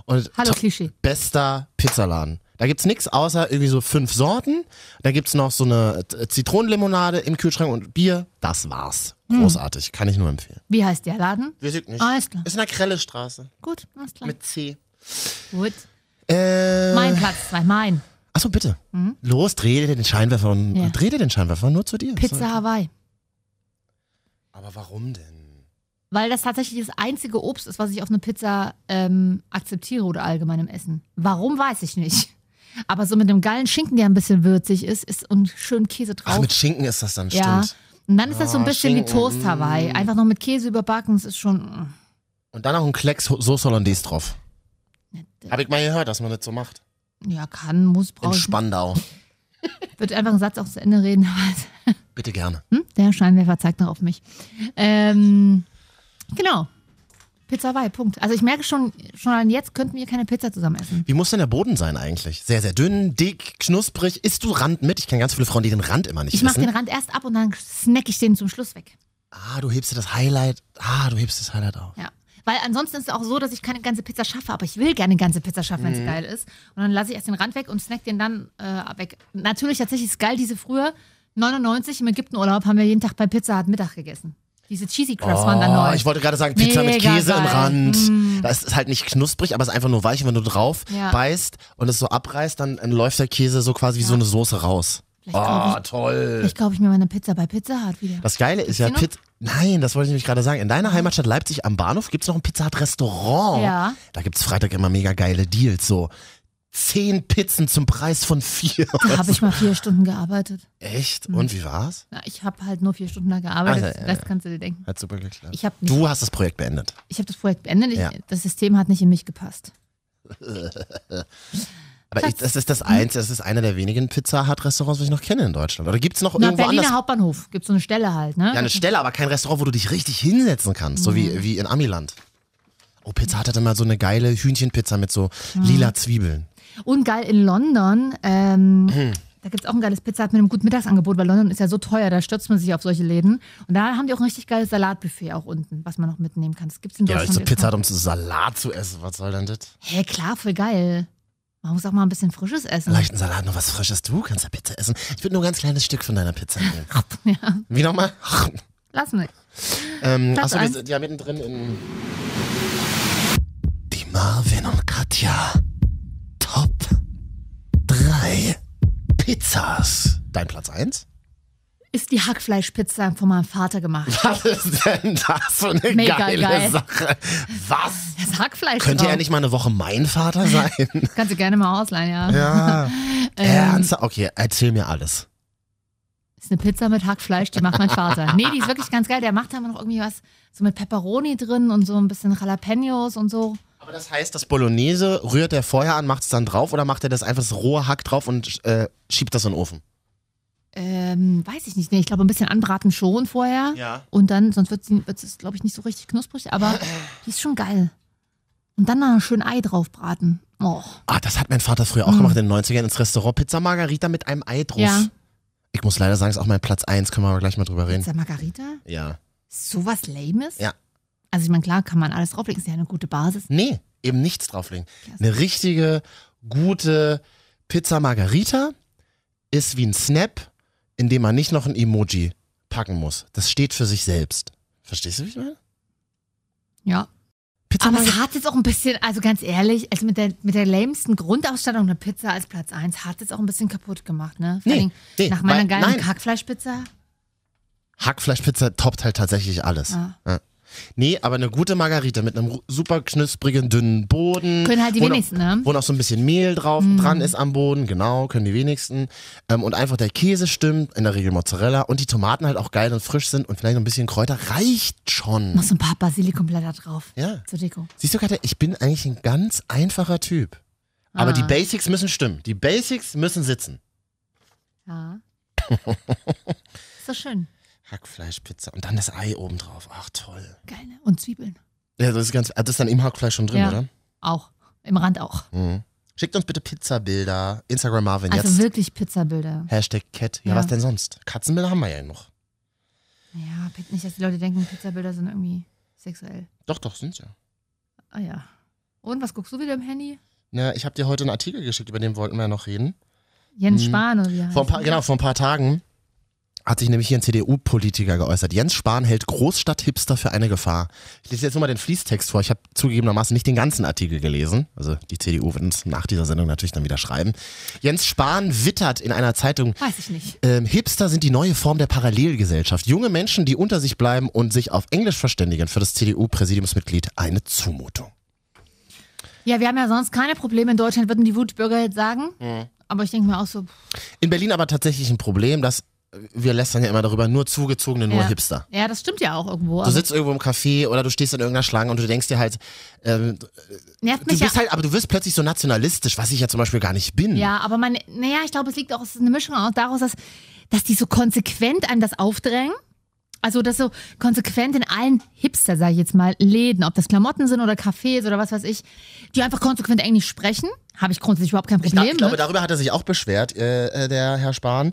Speaker 2: Und
Speaker 3: Hallo
Speaker 2: to-
Speaker 3: Klischee.
Speaker 2: bester Pizzaladen. Da gibt's nix außer irgendwie so fünf Sorten. Da gibt's noch so eine äh, Zitronenlimonade im Kühlschrank und Bier. Das war's. Großartig. Kann ich nur empfehlen.
Speaker 3: Wie heißt der Laden?
Speaker 2: Wir sind nicht.
Speaker 3: Hm. Alles klar.
Speaker 2: Ist in der Krellestraße.
Speaker 3: Gut, alles klar.
Speaker 2: Mit C.
Speaker 3: Gut.
Speaker 2: Äh,
Speaker 3: Mein Platz zwei, mein.
Speaker 2: Achso, bitte. Los, dreh dir den Scheinwerfer und
Speaker 3: Ja.
Speaker 2: dreh dir den Scheinwerfer nur zu dir. So.
Speaker 3: Pizza Hawaii.
Speaker 2: Aber warum denn?
Speaker 3: Weil das tatsächlich das einzige Obst ist, was ich auf eine Pizza ähm, akzeptiere oder allgemein im Essen. Warum, weiß ich nicht. Aber so mit einem geilen Schinken, der ein bisschen würzig ist, ist und schön Käse drauf.
Speaker 2: Ach, mit Schinken ist das dann,
Speaker 3: ja.
Speaker 2: stimmt.
Speaker 3: Und dann ist das so ein
Speaker 2: Ah,
Speaker 3: bisschen wie
Speaker 2: Schinken,
Speaker 3: Toast Hawaii.
Speaker 2: mm.
Speaker 3: Einfach noch mit Käse überbacken, das ist schon.
Speaker 2: Und dann noch ein Klecks Soße Hollandaise drauf.
Speaker 3: mm.
Speaker 2: Hab ich mal gehört, dass man das so macht.
Speaker 3: Ja, kann, muss,
Speaker 2: In
Speaker 3: brauche ich.
Speaker 2: Spandau.
Speaker 3: Ich würde einfach einen Satz auch zu Ende reden.
Speaker 2: Bitte gerne.
Speaker 3: hm? Der Scheinwerfer zeigt noch auf mich. Ähm, genau. Pizza Hawaii, Punkt. Also ich merke schon, schon an jetzt könnten wir keine Pizza zusammen essen.
Speaker 2: Wie muss denn der Boden sein eigentlich? Sehr, sehr dünn, dick, knusprig. Isst du Rand mit? Ich kenne ganz viele Frauen, die den Rand immer nicht
Speaker 3: Ich mache
Speaker 2: wissen.
Speaker 3: den Rand erst ab und dann snack ich den zum Schluss weg.
Speaker 2: ah, du hebst dir das Highlight. Ah, du hebst das Highlight auf.
Speaker 3: Ja. Weil ansonsten ist es auch so, dass ich keine ganze Pizza schaffe, aber ich will gerne eine ganze Pizza schaffen,
Speaker 2: Mhm.
Speaker 3: wenn es geil ist. Und dann lasse ich erst den Rand weg und snack den dann äh, weg. Natürlich, tatsächlich ist geil, diese früher, 99 im Ägyptenurlaub, haben wir jeden Tag bei Pizza Hut Mittag gegessen. Diese Cheesy Crust waren dann
Speaker 2: Oh,
Speaker 3: neu.
Speaker 2: ich wollte gerade sagen, Pizza mit
Speaker 3: Mega
Speaker 2: Käse im
Speaker 3: geil. Hm.
Speaker 2: Rand. Das ist halt nicht knusprig, aber es ist einfach nur weich. Und wenn du drauf
Speaker 3: Ja.
Speaker 2: beißt und es so abreißt, dann äh, läuft der Käse so quasi wie so eine Soße raus.
Speaker 3: Vielleicht
Speaker 2: Oh,
Speaker 3: kaufe ich-
Speaker 2: toll.
Speaker 3: Vielleicht kaufe ich mir meine Pizza bei Pizza Hut wieder.
Speaker 2: Das Geile ist
Speaker 3: Gibt's
Speaker 2: ja,
Speaker 3: die noch?
Speaker 2: Pizza. Nein, das wollte ich nämlich gerade sagen. In deiner Heimatstadt Oh. Leipzig am Bahnhof gibt es noch ein Pizza Hut Restaurant.
Speaker 3: Ja.
Speaker 2: Da gibt es Freitag immer mega geile Deals. So zehn Pizzen zum Preis von vier.
Speaker 3: Da habe ich mal vier Stunden gearbeitet.
Speaker 2: Echt?
Speaker 3: Mhm.
Speaker 2: Und wie war's?
Speaker 3: Na, ich habe halt nur vier Stunden da gearbeitet.
Speaker 2: Also, ja,
Speaker 3: das
Speaker 2: ja.
Speaker 3: kannst du dir denken.
Speaker 2: Hat super geklappt.
Speaker 3: Ich habe
Speaker 2: Du hast das Projekt beendet.
Speaker 3: ich hab das Projekt beendet. Ich,
Speaker 2: Ja.
Speaker 3: Das System hat nicht in mich gepasst.
Speaker 2: Aber ich, das
Speaker 3: Mhm.
Speaker 2: ist das eins, das ist einer der wenigen Pizza Hut Restaurants, was ich noch kenne in Deutschland. Oder gibt's noch
Speaker 3: Na,
Speaker 2: irgendwo
Speaker 3: Berliner
Speaker 2: anders?
Speaker 3: Hauptbahnhof. Gibt so eine Stelle halt, ne?
Speaker 2: Ja, eine Stelle, aber kein Restaurant, wo du dich richtig hinsetzen kannst,
Speaker 3: Mhm.
Speaker 2: so wie, wie in Amiland. Oh, Pizza Hut hat immer so eine geile Hühnchenpizza mit so lila Zwiebeln.
Speaker 3: Und geil in London. Ähm, Da gibt es auch ein geiles Pizza Hut mit einem guten Mittagsangebot, weil London ist ja so teuer, da stürzt man sich auf solche Läden. Und da haben die auch ein richtig geiles Salatbuffet auch unten, was man noch mitnehmen kann. Das gibt's in
Speaker 2: Ja,
Speaker 3: Deutschland.
Speaker 2: ich so
Speaker 3: jetzt
Speaker 2: Pizza
Speaker 3: noch.
Speaker 2: Hut, um so Salat zu essen. Was soll denn das?
Speaker 3: Hä, klar, voll geil. Man muss auch mal ein bisschen frisches essen.
Speaker 2: Leichten Salat, noch was Frisches. Du kannst ja Pizza essen. Ich würde nur ein ganz kleines Stück von deiner Pizza nehmen.
Speaker 3: Ja,
Speaker 2: Wie nochmal?
Speaker 3: lass mich.
Speaker 2: Ähm,
Speaker 3: Platz
Speaker 2: achso, wir
Speaker 3: eins.
Speaker 2: sind ja mittendrin in. Die Marvin und Katja. Top 3 Pizzas. Dein Platz 1?
Speaker 3: Ist die Hackfleischpizza von meinem Vater gemacht.
Speaker 2: Was ist denn das für eine
Speaker 3: Mega
Speaker 2: geile
Speaker 3: geil.
Speaker 2: Sache? Was?
Speaker 3: Das Hackfleisch.
Speaker 2: Könnte
Speaker 3: drauf.
Speaker 2: er nicht mal eine Woche mein Vater sein?
Speaker 3: Kannst du gerne mal ausleihen, ja.
Speaker 2: Äh,
Speaker 3: Ähm,
Speaker 2: ja. Ernsthaft? Okay, erzähl mir alles.
Speaker 3: Ist eine Pizza mit Hackfleisch, die macht mein Vater. Nee, die ist wirklich ganz geil. Der macht da immer noch irgendwie was so mit Pepperoni drin und so ein bisschen Jalapenos und so.
Speaker 2: Aber das heißt, das Bolognese rührt er vorher an, macht es dann drauf oder macht er das einfach das rohe Hack drauf und äh, schiebt das in den Ofen?
Speaker 3: Ähm, weiß ich nicht. Nee, ich glaube, ein bisschen anbraten schon vorher.
Speaker 2: Ja.
Speaker 3: Und dann, sonst wird es, glaube ich, nicht so richtig knusprig, aber die ist schon geil. Und dann noch schön Ei drauf braten. Oh.
Speaker 2: Ah, das hat mein Vater früher auch gemacht in den 90ern ins Restaurant. Pizza Margarita mit einem Ei drauf.
Speaker 3: Mhm. Ja.
Speaker 2: Ich muss leider sagen, ist auch mein Platz 1, können wir aber gleich mal drüber reden.
Speaker 3: Pizza Margarita?
Speaker 2: Ja.
Speaker 3: Sowas Lames?
Speaker 2: Ja.
Speaker 3: Also, ich meine, klar, kann man alles drauflegen, ist ja eine gute Basis.
Speaker 2: Nee, eben nichts drauflegen.
Speaker 3: Ja.
Speaker 2: Eine richtige, gute Pizza Margarita ist wie ein Snap, in dem man nicht noch ein Emoji packen muss. Das steht für sich selbst. Verstehst du, wie ich meine?
Speaker 3: Ja.
Speaker 2: Pizza
Speaker 3: Aber
Speaker 2: Margarita.
Speaker 3: es Ah, hat jetzt auch ein bisschen, also ganz ehrlich, also mit der, mit der lamesten Grundausstattung eine Pizza als Platz 1 hat jetzt auch ein bisschen kaputt gemacht, ne? Vor
Speaker 2: Nee,
Speaker 3: allen Dingen
Speaker 2: nee,
Speaker 3: nach meiner
Speaker 2: weil-
Speaker 3: geilen
Speaker 2: nein.
Speaker 3: Hackfleischpizza.
Speaker 2: Hackfleischpizza toppt halt tatsächlich alles.
Speaker 3: Ja.
Speaker 2: Ja. Nee, aber eine gute Margarita mit einem ru- super knusprigen, dünnen Boden.
Speaker 3: Können halt die
Speaker 2: wo noch-
Speaker 3: wenigsten, ne?
Speaker 2: Wo noch so ein bisschen Mehl drauf
Speaker 3: Mhm.
Speaker 2: dran ist am Boden, genau, können die wenigsten. Ähm, und einfach der Käse stimmt, in der Regel Mozzarella und die Tomaten halt auch geil und frisch sind und vielleicht noch ein bisschen Kräuter, reicht schon.
Speaker 3: Noch so ein paar Basilikumblätter drauf.
Speaker 2: Ja.
Speaker 3: Zur Deko.
Speaker 2: Siehst du, Katja, ich bin eigentlich ein ganz einfacher Typ. Aber
Speaker 3: Ah.
Speaker 2: die Basics müssen stimmen. Die Basics müssen sitzen.
Speaker 3: Ja. ist doch schön.
Speaker 2: Hackfleischpizza und dann das Ei obendrauf. Ach toll.
Speaker 3: Geil, ne? Und Zwiebeln.
Speaker 2: Ja, das ist ganz. ah, Das ist dann im Hackfleisch schon drin,
Speaker 3: Ja.
Speaker 2: oder?
Speaker 3: Auch. Im Rand auch.
Speaker 2: Mhm. Schickt uns bitte Pizzabilder. Instagram Marvin
Speaker 3: Also
Speaker 2: jetzt.
Speaker 3: wirklich Pizzabilder.
Speaker 2: Hashtag Cat. Ja,
Speaker 3: Ja.
Speaker 2: was denn sonst? Katzenbilder haben wir ja noch.
Speaker 3: Ja, bitte nicht, dass die Leute denken, Pizzabilder sind irgendwie sexuell.
Speaker 2: Doch, doch, sind ja.
Speaker 3: Ah ja. Und was guckst du wieder im Handy?
Speaker 2: Na, ich habe dir heute einen Artikel geschickt, über den wollten wir ja noch reden.
Speaker 3: Jens
Speaker 2: Hm.
Speaker 3: Spahn oder wie? er
Speaker 2: Vor ein
Speaker 3: heißt.
Speaker 2: paar, genau, vor ein paar Tagen hat sich nämlich hier ein CDU-Politiker geäußert. Jens Spahn hält Großstadt-Hipster für eine Gefahr. Ich lese jetzt nur mal den Fließtext vor. Ich habe zugegebenermaßen nicht den ganzen Artikel gelesen. Also die CDU wird uns nach dieser Sendung natürlich dann wieder schreiben. Jens Spahn wittert in einer Zeitung,
Speaker 3: Weiß ich nicht.
Speaker 2: Ähm, Hipster sind die neue Form der Parallelgesellschaft. Junge Menschen, die unter sich bleiben und sich auf Englisch verständigen, für das CDU-Präsidiumsmitglied eine Zumutung.
Speaker 3: Ja, wir haben ja sonst keine Probleme in Deutschland, würden die Wutbürger jetzt sagen. Aber ich denke mir auch so, pff,
Speaker 2: In Berlin aber tatsächlich ein Problem, dass äh, wir lästern ja immer darüber, nur Zugezogene, nur
Speaker 3: Ja.
Speaker 2: Hipster.
Speaker 3: ja, das stimmt ja auch irgendwo. Also
Speaker 2: Du
Speaker 3: Aber
Speaker 2: sitzt irgendwo im Café oder du stehst in irgendeiner Schlange und du denkst dir halt, ähm,
Speaker 3: nervt
Speaker 2: du
Speaker 3: mich ja.
Speaker 2: bist halt, aber du wirst plötzlich so nationalistisch, was ich ja zum Beispiel gar nicht bin.
Speaker 3: Ja, aber man, naja, ich glaube, es liegt auch, es ist eine Mischung auch daraus, dass, dass die so konsequent einem das aufdrängen. Also, dass so konsequent in allen Hipster, sage ich jetzt mal, Läden, ob das Klamotten sind oder Cafés oder was weiß ich, die einfach konsequent Englisch sprechen, habe ich grundsätzlich überhaupt kein
Speaker 2: Ich, da,
Speaker 3: Problem
Speaker 2: ich glaube,
Speaker 3: mit.
Speaker 2: darüber hat er sich auch beschwert, äh, äh, der Herr Spahn,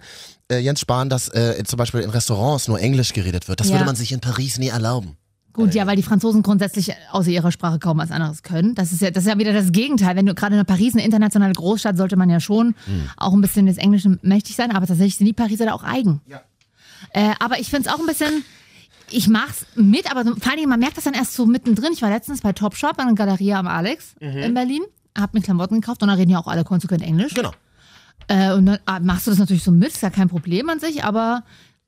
Speaker 2: äh, Jens Spahn, dass äh, zum Beispiel in Restaurants nur Englisch geredet wird. Das
Speaker 3: Ja.
Speaker 2: würde man sich in Paris nie erlauben.
Speaker 3: Gut, ja, weil die Franzosen grundsätzlich außer ihrer Sprache kaum was anderes können. Das ist ja, das ist ja wieder das Gegenteil. Wenn du gerade in Paris, eine internationale Großstadt, sollte man ja schon auch ein bisschen des Englischen mächtig sein. Aber tatsächlich sind die Pariser da auch eigen. Äh, aber ich finde es auch ein bisschen. Ich mach's mit, aber so- vor allen Dingen, man merkt das dann erst so mittendrin. Ich war letztens bei Topshop an der Galeria am Alex in Berlin, hab mir Klamotten gekauft und da reden ja auch alle konsequent Englisch.
Speaker 2: Genau.
Speaker 3: Äh, und dann ah, machst du das natürlich so mit, ist ja kein Problem an sich, aber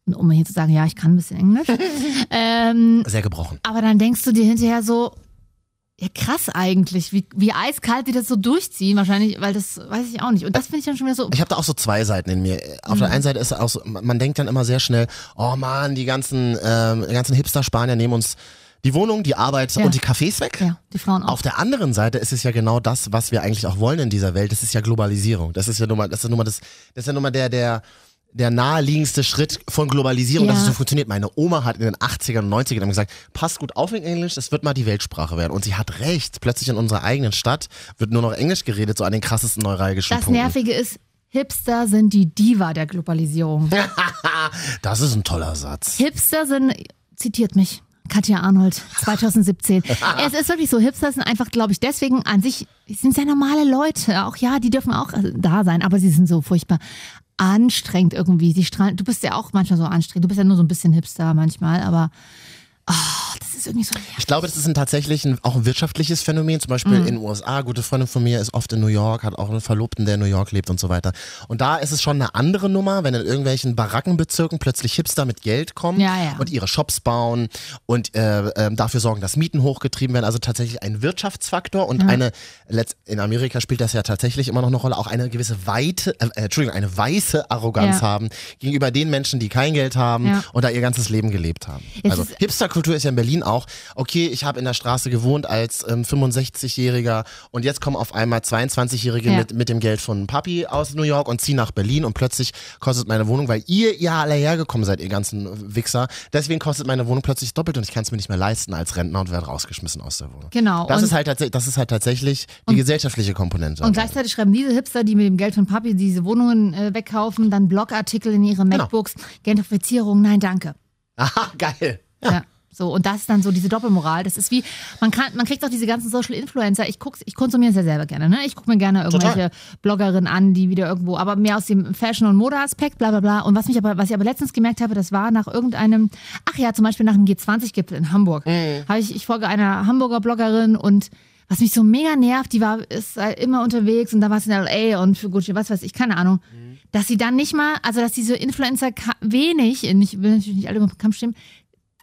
Speaker 3: um hier zu sagen, ja, ich kann ein bisschen Englisch. ähm,
Speaker 2: Sehr gebrochen.
Speaker 3: aber dann denkst du dir hinterher so, Ja, krass eigentlich, wie, wie eiskalt die das so durchziehen, wahrscheinlich, weil das weiß ich auch nicht. Und das finde ich dann schon wieder so.
Speaker 2: Ich habe da auch so zwei Seiten in mir. Auf
Speaker 3: Mhm.
Speaker 2: der einen Seite ist auch so, man man denkt dann immer sehr schnell, oh man, die ganzen, ähm, die ganzen Hipster-Spanier nehmen uns die Wohnung, die Arbeit
Speaker 3: Ja.
Speaker 2: und die Cafés weg.
Speaker 3: Ja, die Frauen auch.
Speaker 2: Auf der anderen Seite ist es ja genau das, was wir eigentlich auch wollen in dieser Welt. Das ist ja Globalisierung. Das ist ja nun mal, das ist nun mal, das, das ist ja nun mal der, der, der naheliegendste Schritt von Globalisierung,
Speaker 3: Ja.
Speaker 2: dass es so funktioniert. Meine Oma hat in den 80ern und 90ern immer gesagt, passt gut auf in Englisch, es wird mal die Weltsprache werden. Und sie hat recht. Plötzlich in unserer eigenen Stadt wird nur noch Englisch geredet, so an den krassesten neuralgischen
Speaker 3: Das
Speaker 2: Punkten.
Speaker 3: Nervige ist, Hipster sind die Diva der Globalisierung.
Speaker 2: Das ist ein toller Satz.
Speaker 3: Hipster sind, zitiert mich, Katja Arnold, 2017. es ist wirklich so, Hipster sind einfach, glaube ich, deswegen an sich, sind sehr normale Leute. Auch ja, die dürfen auch äh, da sein, aber sie sind so furchtbar anstrengend irgendwie. Sie strahlen, du bist ja auch manchmal so anstrengend. Du bist ja nur so ein bisschen Hipster manchmal, aber ah, das ist irgendwie so.
Speaker 2: Ich glaube, das ist ein tatsächlich ein, auch ein wirtschaftliches Phänomen. Zum
Speaker 3: Mhm.
Speaker 2: Beispiel in den USA, gute Freundin von mir ist oft in New York, hat auch einen Verlobten, der in New York lebt und so weiter. Und da ist es schon eine andere Nummer, wenn in irgendwelchen Barackenbezirken plötzlich Hipster mit Geld kommen
Speaker 3: Ja, ja.
Speaker 2: und ihre Shops bauen und äh, ähm, dafür sorgen, dass Mieten hochgetrieben werden. Also tatsächlich ein Wirtschaftsfaktor und
Speaker 3: Mhm.
Speaker 2: eine, letzt- in Amerika spielt das ja tatsächlich immer noch eine Rolle, auch eine gewisse weite, äh, äh, Entschuldigung, eine weiße Arroganz
Speaker 3: Ja.
Speaker 2: haben gegenüber den Menschen, die kein Geld haben
Speaker 3: Ja.
Speaker 2: und da ihr ganzes Leben gelebt haben.
Speaker 3: Es
Speaker 2: Also
Speaker 3: ist-
Speaker 2: Hipsterkultur ist ja in Berlin auch, okay, ich habe in der Straße gewohnt als ähm, 65-Jähriger und jetzt kommen auf einmal 22-Jährige
Speaker 3: Ja.
Speaker 2: mit, mit dem Geld von Papi aus New York und ziehen nach Berlin und plötzlich kostet meine Wohnung, weil ihr ja alle hergekommen seid, ihr ganzen Wichser, deswegen kostet meine Wohnung plötzlich doppelt und ich kann es mir nicht mehr leisten als Rentner und werde rausgeschmissen aus der Wohnung.
Speaker 3: Genau.
Speaker 2: Das
Speaker 3: und
Speaker 2: ist, halt tatsächlich, das ist halt tatsächlich die gesellschaftliche Komponente.
Speaker 3: Und gleichzeitig schreiben diese Hipster, die mit dem Geld von Papi diese Wohnungen äh, wegkaufen, dann Blogartikel in
Speaker 2: Genau.
Speaker 3: ihre MacBooks, Gentrifizierung, nein, danke.
Speaker 2: Aha, geil.
Speaker 3: Ja. So, und das ist dann so diese Doppelmoral. Das ist wie, man kann, man kriegt auch diese ganzen Social Influencer. Ich guck's, ich konsumiere es ja selber gerne, ne? Ich gucke mir gerne irgendwelche Bloggerinnen an, die wieder irgendwo, aber mehr aus dem Fashion- und Modeaspekt, bla bla bla. Und was mich aber, was ich aber letztens gemerkt habe, das war nach irgendeinem, ach ja, zum Beispiel nach einem G20-Gipfel in Hamburg. Habe ich, ich folge einer Hamburger Bloggerin und was mich so mega nervt, die war, ist halt immer unterwegs und da war es in LA und für Gucci, was weiß ich, keine Ahnung. Dass sie dann nicht mal, also dass diese Influencer ka- wenig, ich will natürlich nicht alle über den Kampf stimmen,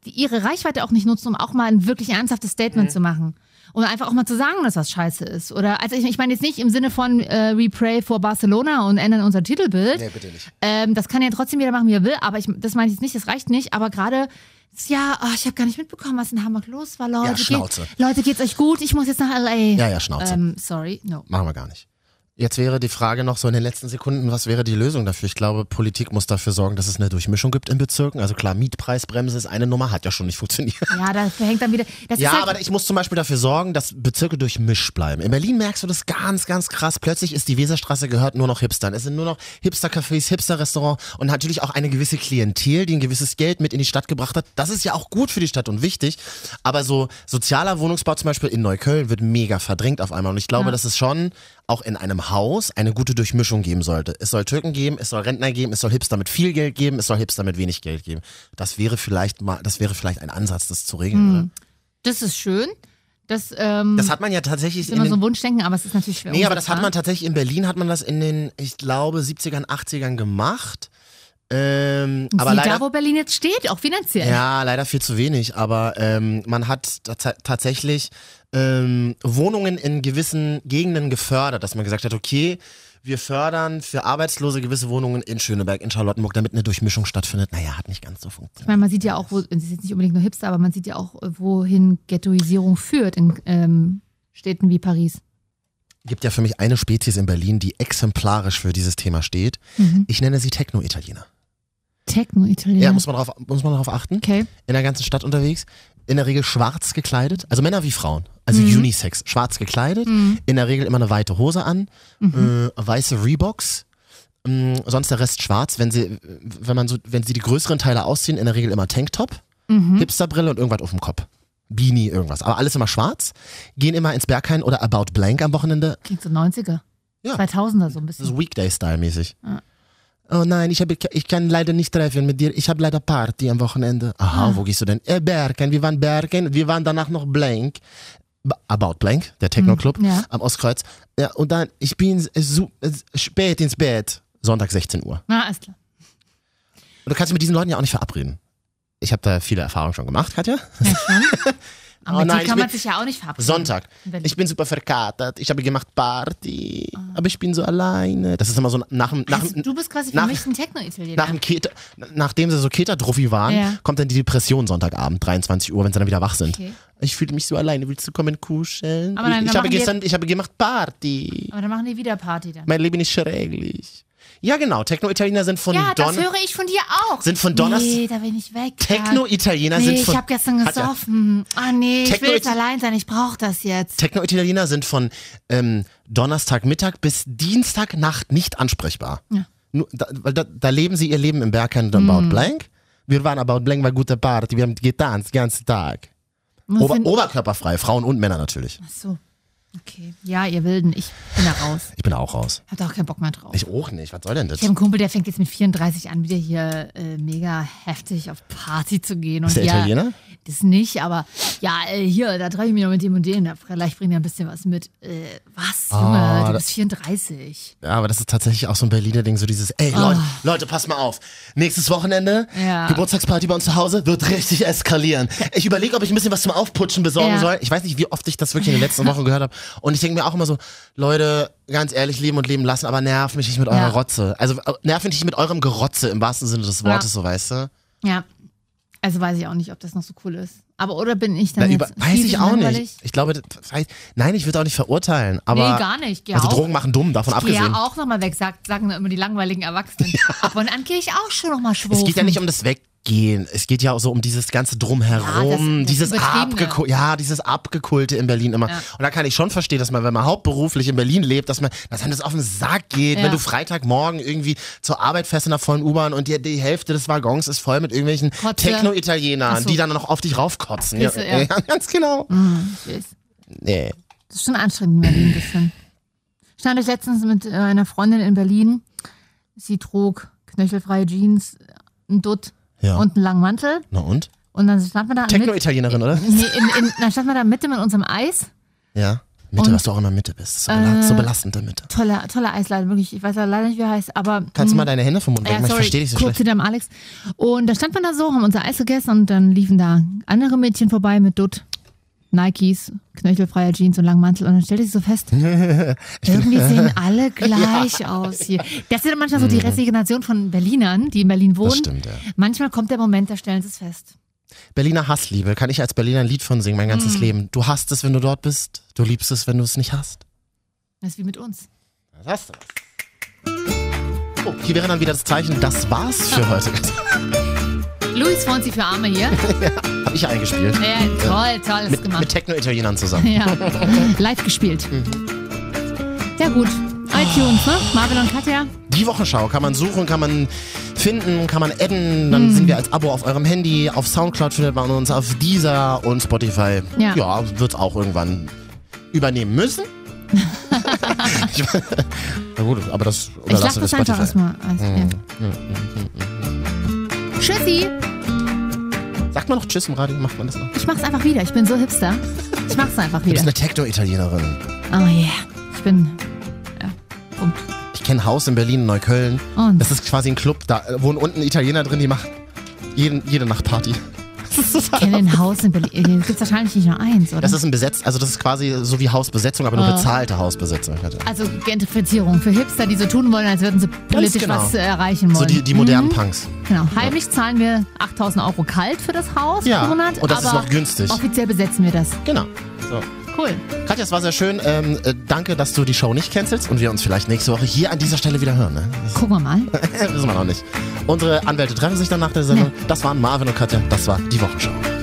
Speaker 3: die ihre Reichweite auch nicht nutzen, um auch mal ein wirklich ernsthaftes
Speaker 2: Mhm.
Speaker 3: Statement zu machen. Und einfach auch mal zu sagen, dass was scheiße ist. Oder also ich, ich meine jetzt nicht im Sinne von äh, We pray for Barcelona und ändern unser Titelbild.
Speaker 2: Nee, bitte nicht.
Speaker 3: Ähm, das kann ja trotzdem jeder machen, wie er will, aber ich, das meine ich jetzt nicht, das reicht nicht. Aber gerade, das- ja, oh, ich habe gar nicht mitbekommen, was in Hamburg los war, Leute.
Speaker 2: Ja, Schnauze.
Speaker 3: Geht, Leute, geht's euch gut? Ich muss jetzt nach LA.
Speaker 2: Ja, ja, Schnauze.
Speaker 3: Ähm, sorry, no.
Speaker 2: Machen wir gar nicht. Jetzt wäre die Frage noch so in den letzten Sekunden, was wäre die Lösung dafür? Ich glaube, Politik muss dafür sorgen, dass es eine Durchmischung gibt in Bezirken. Also klar, Mietpreisbremse ist eine Nummer, hat ja schon nicht funktioniert.
Speaker 3: Ja, da hängt dann wieder. Das
Speaker 2: Ja,
Speaker 3: ist halt,
Speaker 2: aber ich muss zum Beispiel dafür sorgen, dass Bezirke durchmischt bleiben. In Berlin merkst du das ganz, ganz krass. Plötzlich ist die Weserstraße gehört nur noch Hipstern. Es sind nur noch Hipster-Cafés, Hipster-Restaurants und natürlich auch eine gewisse Klientel, die ein gewisses Geld mit in die Stadt gebracht hat. Das ist ja auch gut für die Stadt und wichtig. Aber so sozialer Wohnungsbau zum Beispiel in Neukölln wird mega verdrängt auf einmal. Und ich glaube, dass es schon auch in einem Haus eine gute Durchmischung geben sollte. Es soll Türken geben, es soll Rentner geben, es soll Hipster mit viel Geld geben, es soll Hipster mit wenig Geld geben. Das wäre vielleicht mal, das wäre vielleicht ein Ansatz, das zu
Speaker 3: Hm.
Speaker 2: regeln, oder?
Speaker 3: das ist schön. Das, ähm,
Speaker 2: Das hat man ja tatsächlich
Speaker 3: ist
Speaker 2: in
Speaker 3: immer so
Speaker 2: den,
Speaker 3: ein Wunschdenken, aber es ist natürlich schwer.
Speaker 2: Nee, aber das hat
Speaker 3: umsetzbar.
Speaker 2: man tatsächlich in Berlin hat man das in den, ich glaube, 70ern, 80ern gemacht. Ähm, aber
Speaker 3: Sie
Speaker 2: leider
Speaker 3: da, wo Berlin jetzt steht, auch finanziell.
Speaker 2: ja, leider viel zu wenig, aber ähm, man hat tats tatsächlich ähm, Wohnungen in gewissen Gegenden gefördert, dass man gesagt hat, okay, wir fördern für Arbeitslose gewisse Wohnungen in Schöneberg, in Charlottenburg, damit eine Durchmischung stattfindet. Naja, hat nicht ganz so
Speaker 3: Ich
Speaker 2: funktioniert.
Speaker 3: meine, man sieht ja auch, wo, es ist jetzt nicht unbedingt nur Hipster, aber man sieht ja auch, äh, wohin Ghettoisierung führt in ähm, Städten wie Paris.
Speaker 2: gibt ja für mich eine Spezies in Berlin, die exemplarisch für dieses Thema steht. Ich nenne sie Techno-Italiener.
Speaker 3: Techno-Italiener.
Speaker 2: Mhm. Ja, muss man drauf, muss man drauf achten.
Speaker 3: okay.
Speaker 2: in der ganzen Stadt unterwegs, in der Regel schwarz gekleidet, also Männer wie Frauen, also Unisex, schwarz
Speaker 3: Mhm.
Speaker 2: gekleidet, in der Regel immer eine weite Hose an, äh, weiße Reeboks, mh, sonst der Rest schwarz, wenn sie, wenn man so, wenn sie die größeren Teile ausziehen, in der Regel immer Tanktop,
Speaker 3: Mhm.
Speaker 2: Hipsterbrille und irgendwas auf dem Kopf. Beanie, irgendwas. Aber alles immer schwarz. Gehen immer ins Berghain oder About Blank am Wochenende.
Speaker 3: Klingt so 90er.
Speaker 2: Ja.
Speaker 3: 2000er so ein
Speaker 2: Das ist
Speaker 3: bisschen.
Speaker 2: Weekday-Style-mäßig. Oh nein, ich, habe, ich kann leider nicht treffen mit dir. Ich habe leider Party am Wochenende.
Speaker 3: Ah.
Speaker 2: Aha, wo gehst du denn? Äh, Bergen. Wir waren Bergen. Wir waren danach noch Blank. B- About Blank, der Techno-Club
Speaker 3: Mhm, ja.
Speaker 2: am Ostkreuz. Ja, und dann, ich bin so, äh, spät ins Bett. Sonntag 16 Uhr.
Speaker 3: Na, alles klar.
Speaker 2: Oh Und du kannst dich mit diesen Leuten ja auch nicht verabreden. Ich habe da viele Erfahrungen schon gemacht, Katja.
Speaker 3: Ja, schon. Aber
Speaker 2: Oh
Speaker 3: mit
Speaker 2: nein,
Speaker 3: dir
Speaker 2: ich
Speaker 3: kann man
Speaker 2: bin-
Speaker 3: sich ja auch nicht verabreden.
Speaker 2: Sonntag.
Speaker 3: Wenn-
Speaker 2: Ich bin super verkatert. Ich habe gemacht Party. Aber ich bin so alleine. Das ist immer so nach dem. Nach,
Speaker 3: also,
Speaker 2: dem-
Speaker 3: Ah. du bist quasi für
Speaker 2: nach-
Speaker 3: mich ein
Speaker 2: nach
Speaker 3: Techno-Italiener.
Speaker 2: dem Keter, nachdem sie so Keter-Druffi waren,
Speaker 3: Ja.
Speaker 2: kommt dann die Depression Sonntagabend, 23 Uhr, wenn sie dann wieder wach sind.
Speaker 3: Okay.
Speaker 2: Ich fühle mich so alleine. Willst du kommen kuscheln?
Speaker 3: Aber dann-
Speaker 2: ich, ich
Speaker 3: dann
Speaker 2: habe
Speaker 3: machen wir-
Speaker 2: gestern, ich habe gemacht Party.
Speaker 3: Aber dann machen die wieder Party dann.
Speaker 2: Mein Leben ist schrecklich. Ja, genau. Techno-Italiener sind von
Speaker 3: Ja, das
Speaker 2: Don.
Speaker 3: höre ich von dir auch.
Speaker 2: Sind von Donnerstag-
Speaker 3: Nee, da bin ich weg.
Speaker 2: Techno-Italiener
Speaker 3: Nee,
Speaker 2: sind von.
Speaker 3: ich habe gestern
Speaker 2: Hat ja-
Speaker 3: gesoffen. Ah nee, ich
Speaker 2: Techno-
Speaker 3: will jetzt allein sein, ich brauche das jetzt.
Speaker 2: Techno-Italiener sind von ähm, Donnerstagmittag bis Dienstagnacht nicht ansprechbar.
Speaker 3: Ja.
Speaker 2: Nur, da, weil da, da leben sie ihr Leben im Bergheim und
Speaker 3: Mhm.
Speaker 2: About Blank. Wir waren About Blank, war gute Party, wir haben getanzt den ganzen Tag.
Speaker 3: Muss
Speaker 2: Ober,
Speaker 3: hin-
Speaker 2: oberkörperfrei, Frauen und Männer natürlich.
Speaker 3: Ach so. Okay. Ja, ihr Wilden, ich bin da raus.
Speaker 2: Ich bin da auch raus.
Speaker 3: Hab da auch keinen Bock mehr drauf. Ich,
Speaker 2: Ich auch nicht, was soll denn das?
Speaker 3: habe einen Kumpel, der fängt jetzt mit 34 an, wieder hier äh, mega heftig auf Party zu gehen. Und
Speaker 2: Ist der
Speaker 3: ja,
Speaker 2: Italiener?
Speaker 3: Das nicht, aber ja, äh, hier, da treffe ich mich noch mit dem und dem. Da, vielleicht bringt er ein bisschen was mit. Äh, was, Junge,
Speaker 2: Ah, da-
Speaker 3: du bist 34.
Speaker 2: Ja, aber das ist tatsächlich auch so ein Berliner Ding, so dieses, ey Leute, Leute, passt mal auf. Nächstes Wochenende,
Speaker 3: Ah. Ja.
Speaker 2: Geburtstagsparty bei uns zu Hause, wird richtig eskalieren. Ich überlege, ob ich ein bisschen was zum Aufputschen besorgen
Speaker 3: Ja.
Speaker 2: soll. Ich weiß nicht, wie oft ich das wirklich in den letzten Wochen gehört habe. Und ich denke mir auch immer so, Leute, ganz ehrlich, leben und leben lassen, aber nerv mich nicht mit eurer
Speaker 3: Ja.
Speaker 2: Rotze. Also äh, nerv mich nicht mit eurem Gerotze im wahrsten Sinne des Wortes,
Speaker 3: Ja.
Speaker 2: so weißt du.
Speaker 3: Ja. Also weiß ich auch nicht, ob das noch so cool ist. Aber oder bin ich
Speaker 2: Na,
Speaker 3: dann
Speaker 2: über,
Speaker 3: jetzt
Speaker 2: weiß
Speaker 3: fies
Speaker 2: ich
Speaker 3: und
Speaker 2: auch
Speaker 3: langweilig?
Speaker 2: nicht. Ich glaube, das heißt, nein, ich würde auch nicht verurteilen, aber
Speaker 3: nee, gar nicht. Geh
Speaker 2: also
Speaker 3: auch.
Speaker 2: Drogen machen dumm, davon
Speaker 3: Geh ja
Speaker 2: abgesehen.
Speaker 3: auch nochmal weg, sagt, sagen immer die langweiligen Erwachsenen. Von an gehe ich auch schon nochmal schwupp.
Speaker 2: Es geht ja nicht um das Weggehen. Es geht ja auch so um dieses ganze Drumherum,
Speaker 3: Ja, das- das
Speaker 2: dieses,
Speaker 3: Übertriebene.
Speaker 2: Abgeku ja, dieses Abgekulte in Berlin immer.
Speaker 3: Ja.
Speaker 2: Und da kann ich schon verstehen, dass man, wenn man hauptberuflich in Berlin lebt, dass man, dass einem das auf den Sack geht,
Speaker 3: Ja.
Speaker 2: wenn du Freitagmorgen irgendwie zur Arbeit fährst in der vollen U-Bahn und die, die Hälfte des Waggons ist voll mit irgendwelchen
Speaker 3: Kotze.
Speaker 2: Techno-Italienern,
Speaker 3: Ach so.
Speaker 2: die dann noch auf dich raufkotzen.
Speaker 3: Pisse, ja.
Speaker 2: ganz genau.
Speaker 3: Ich weiß.
Speaker 2: Nee.
Speaker 3: Das ist schon anstrengend in Berlin ein bisschen. Ich stand euch letztens mit äh, einer Freundin in Berlin. Sie trug knöchelfreie Jeans, einen Dutt
Speaker 2: Ja.
Speaker 3: und einen langen Mantel.
Speaker 2: Na und?
Speaker 3: Und dann standen wir da Ah, mit,
Speaker 2: Techno-Italienerin, oder?
Speaker 3: nee, in, in, dann standen wir da mitten mit unserem Eis.
Speaker 2: Ja. Mitte,
Speaker 3: Und- Äh,
Speaker 2: dass du auch in der Mitte bist. So, bela so belastend in der Mitte.
Speaker 3: Tolle, tolle Eisladen, wirklich. Ich weiß ja leider nicht, wie er heißt, aber.
Speaker 2: Kannst du
Speaker 3: mh,
Speaker 2: mal deine Hände vom Mund
Speaker 3: hm. Ja,
Speaker 2: wegmachen? Ich
Speaker 3: sorry,
Speaker 2: verstehe dich so
Speaker 3: kurz
Speaker 2: schlecht.
Speaker 3: hinterm Alex. Und da stand man da so, haben unser Eis gegessen und dann liefen da andere Mädchen vorbei mit Dutt, Nikes, knöchelfreier Jeans und langem Mantel. Und dann stellte ich so fest, irgendwie sehen alle gleich aus hier. Das sind manchmal so die Resignation von Berlinern, die in Berlin wohnen.
Speaker 2: Mhm. Das stimmt, ja.
Speaker 3: Manchmal kommt der Moment, da stellen sie es fest.
Speaker 2: Berliner Hassliebe, kann ich als Berliner ein Lied von singen, mein
Speaker 3: Hm.
Speaker 2: ganzes Leben. Du hasst es, wenn du dort bist. Du liebst es, wenn du es nicht hast.
Speaker 3: Das ist wie mit uns.
Speaker 2: Das hast du was. Oh, hier wäre dann wieder das Zeichen, das war's für heute.
Speaker 3: Luis Fonsi für Arme hier.
Speaker 2: Hab ich eingespielt.
Speaker 3: Ja, toll, toll, ist
Speaker 2: Mit,
Speaker 3: gemacht.
Speaker 2: mit Mhm. Techno-Italienern zusammen.
Speaker 3: Ja, live gespielt. Sehr gut. iTunes, ne? Marvin und Katja.
Speaker 2: Die Wochenschau kann man suchen, kann man finden, kann man adden. Dann
Speaker 3: Mhm.
Speaker 2: sind wir als Abo auf eurem Handy. Auf Soundcloud findet man uns, auf Deezer und Spotify.
Speaker 3: Ja.
Speaker 2: ja wird's auch irgendwann übernehmen müssen. Ich- Na gut, aber das
Speaker 3: Ich lasse
Speaker 2: überlassen wir
Speaker 3: das einfach
Speaker 2: Spotify. Hm.
Speaker 3: erstmal. Also, ja. Tschüssi!
Speaker 2: Sagt man noch Tschüss im Radio? Macht man das noch?
Speaker 3: Ich mach's einfach wieder. Ich bin so hipster. Ich mach's einfach
Speaker 2: Du bist
Speaker 3: wieder.
Speaker 2: eine Techno-Italienerin.
Speaker 3: Oh yeah. Ich bin. Ja. Punkt.
Speaker 2: Ich kenne Haus in Berlin, in Neukölln.
Speaker 3: Und?
Speaker 2: Das ist quasi ein Club. Da wohnen unten Italiener drin, die machen jeden, jede Nacht Party.
Speaker 3: Ich kenne ein Haus in Berlin. Hier gibt's wahrscheinlich nicht nur eins, oder?
Speaker 2: Das ist ein Besetz, also das ist quasi so wie Hausbesetzung, aber nur
Speaker 3: Ah.
Speaker 2: bezahlte Hausbesetzung.
Speaker 3: also Gentrifizierung für Hipster, die so tun wollen, als würden sie politisch
Speaker 2: genau.
Speaker 3: was äh, erreichen wollen.
Speaker 2: So die, die modernen Punks.
Speaker 3: Genau. Heimlich zahlen wir 8000 Euro kalt für das Haus
Speaker 2: Ja,
Speaker 3: pro Monat.
Speaker 2: und das ist
Speaker 3: aber
Speaker 2: noch günstig.
Speaker 3: Offiziell besetzen wir das.
Speaker 2: Genau. So.
Speaker 3: Cool.
Speaker 2: Katja, es war sehr schön. Ähm, äh, danke, dass du die Show nicht cancelst und wir uns vielleicht nächste Woche hier an dieser Stelle wieder hören. Ne?
Speaker 3: Gucken wir mal.
Speaker 2: Das wissen wir noch nicht. Unsere Anwälte treffen sich dann nach der Sendung. Das waren Marvin und Katja. Das war die Wochenschau.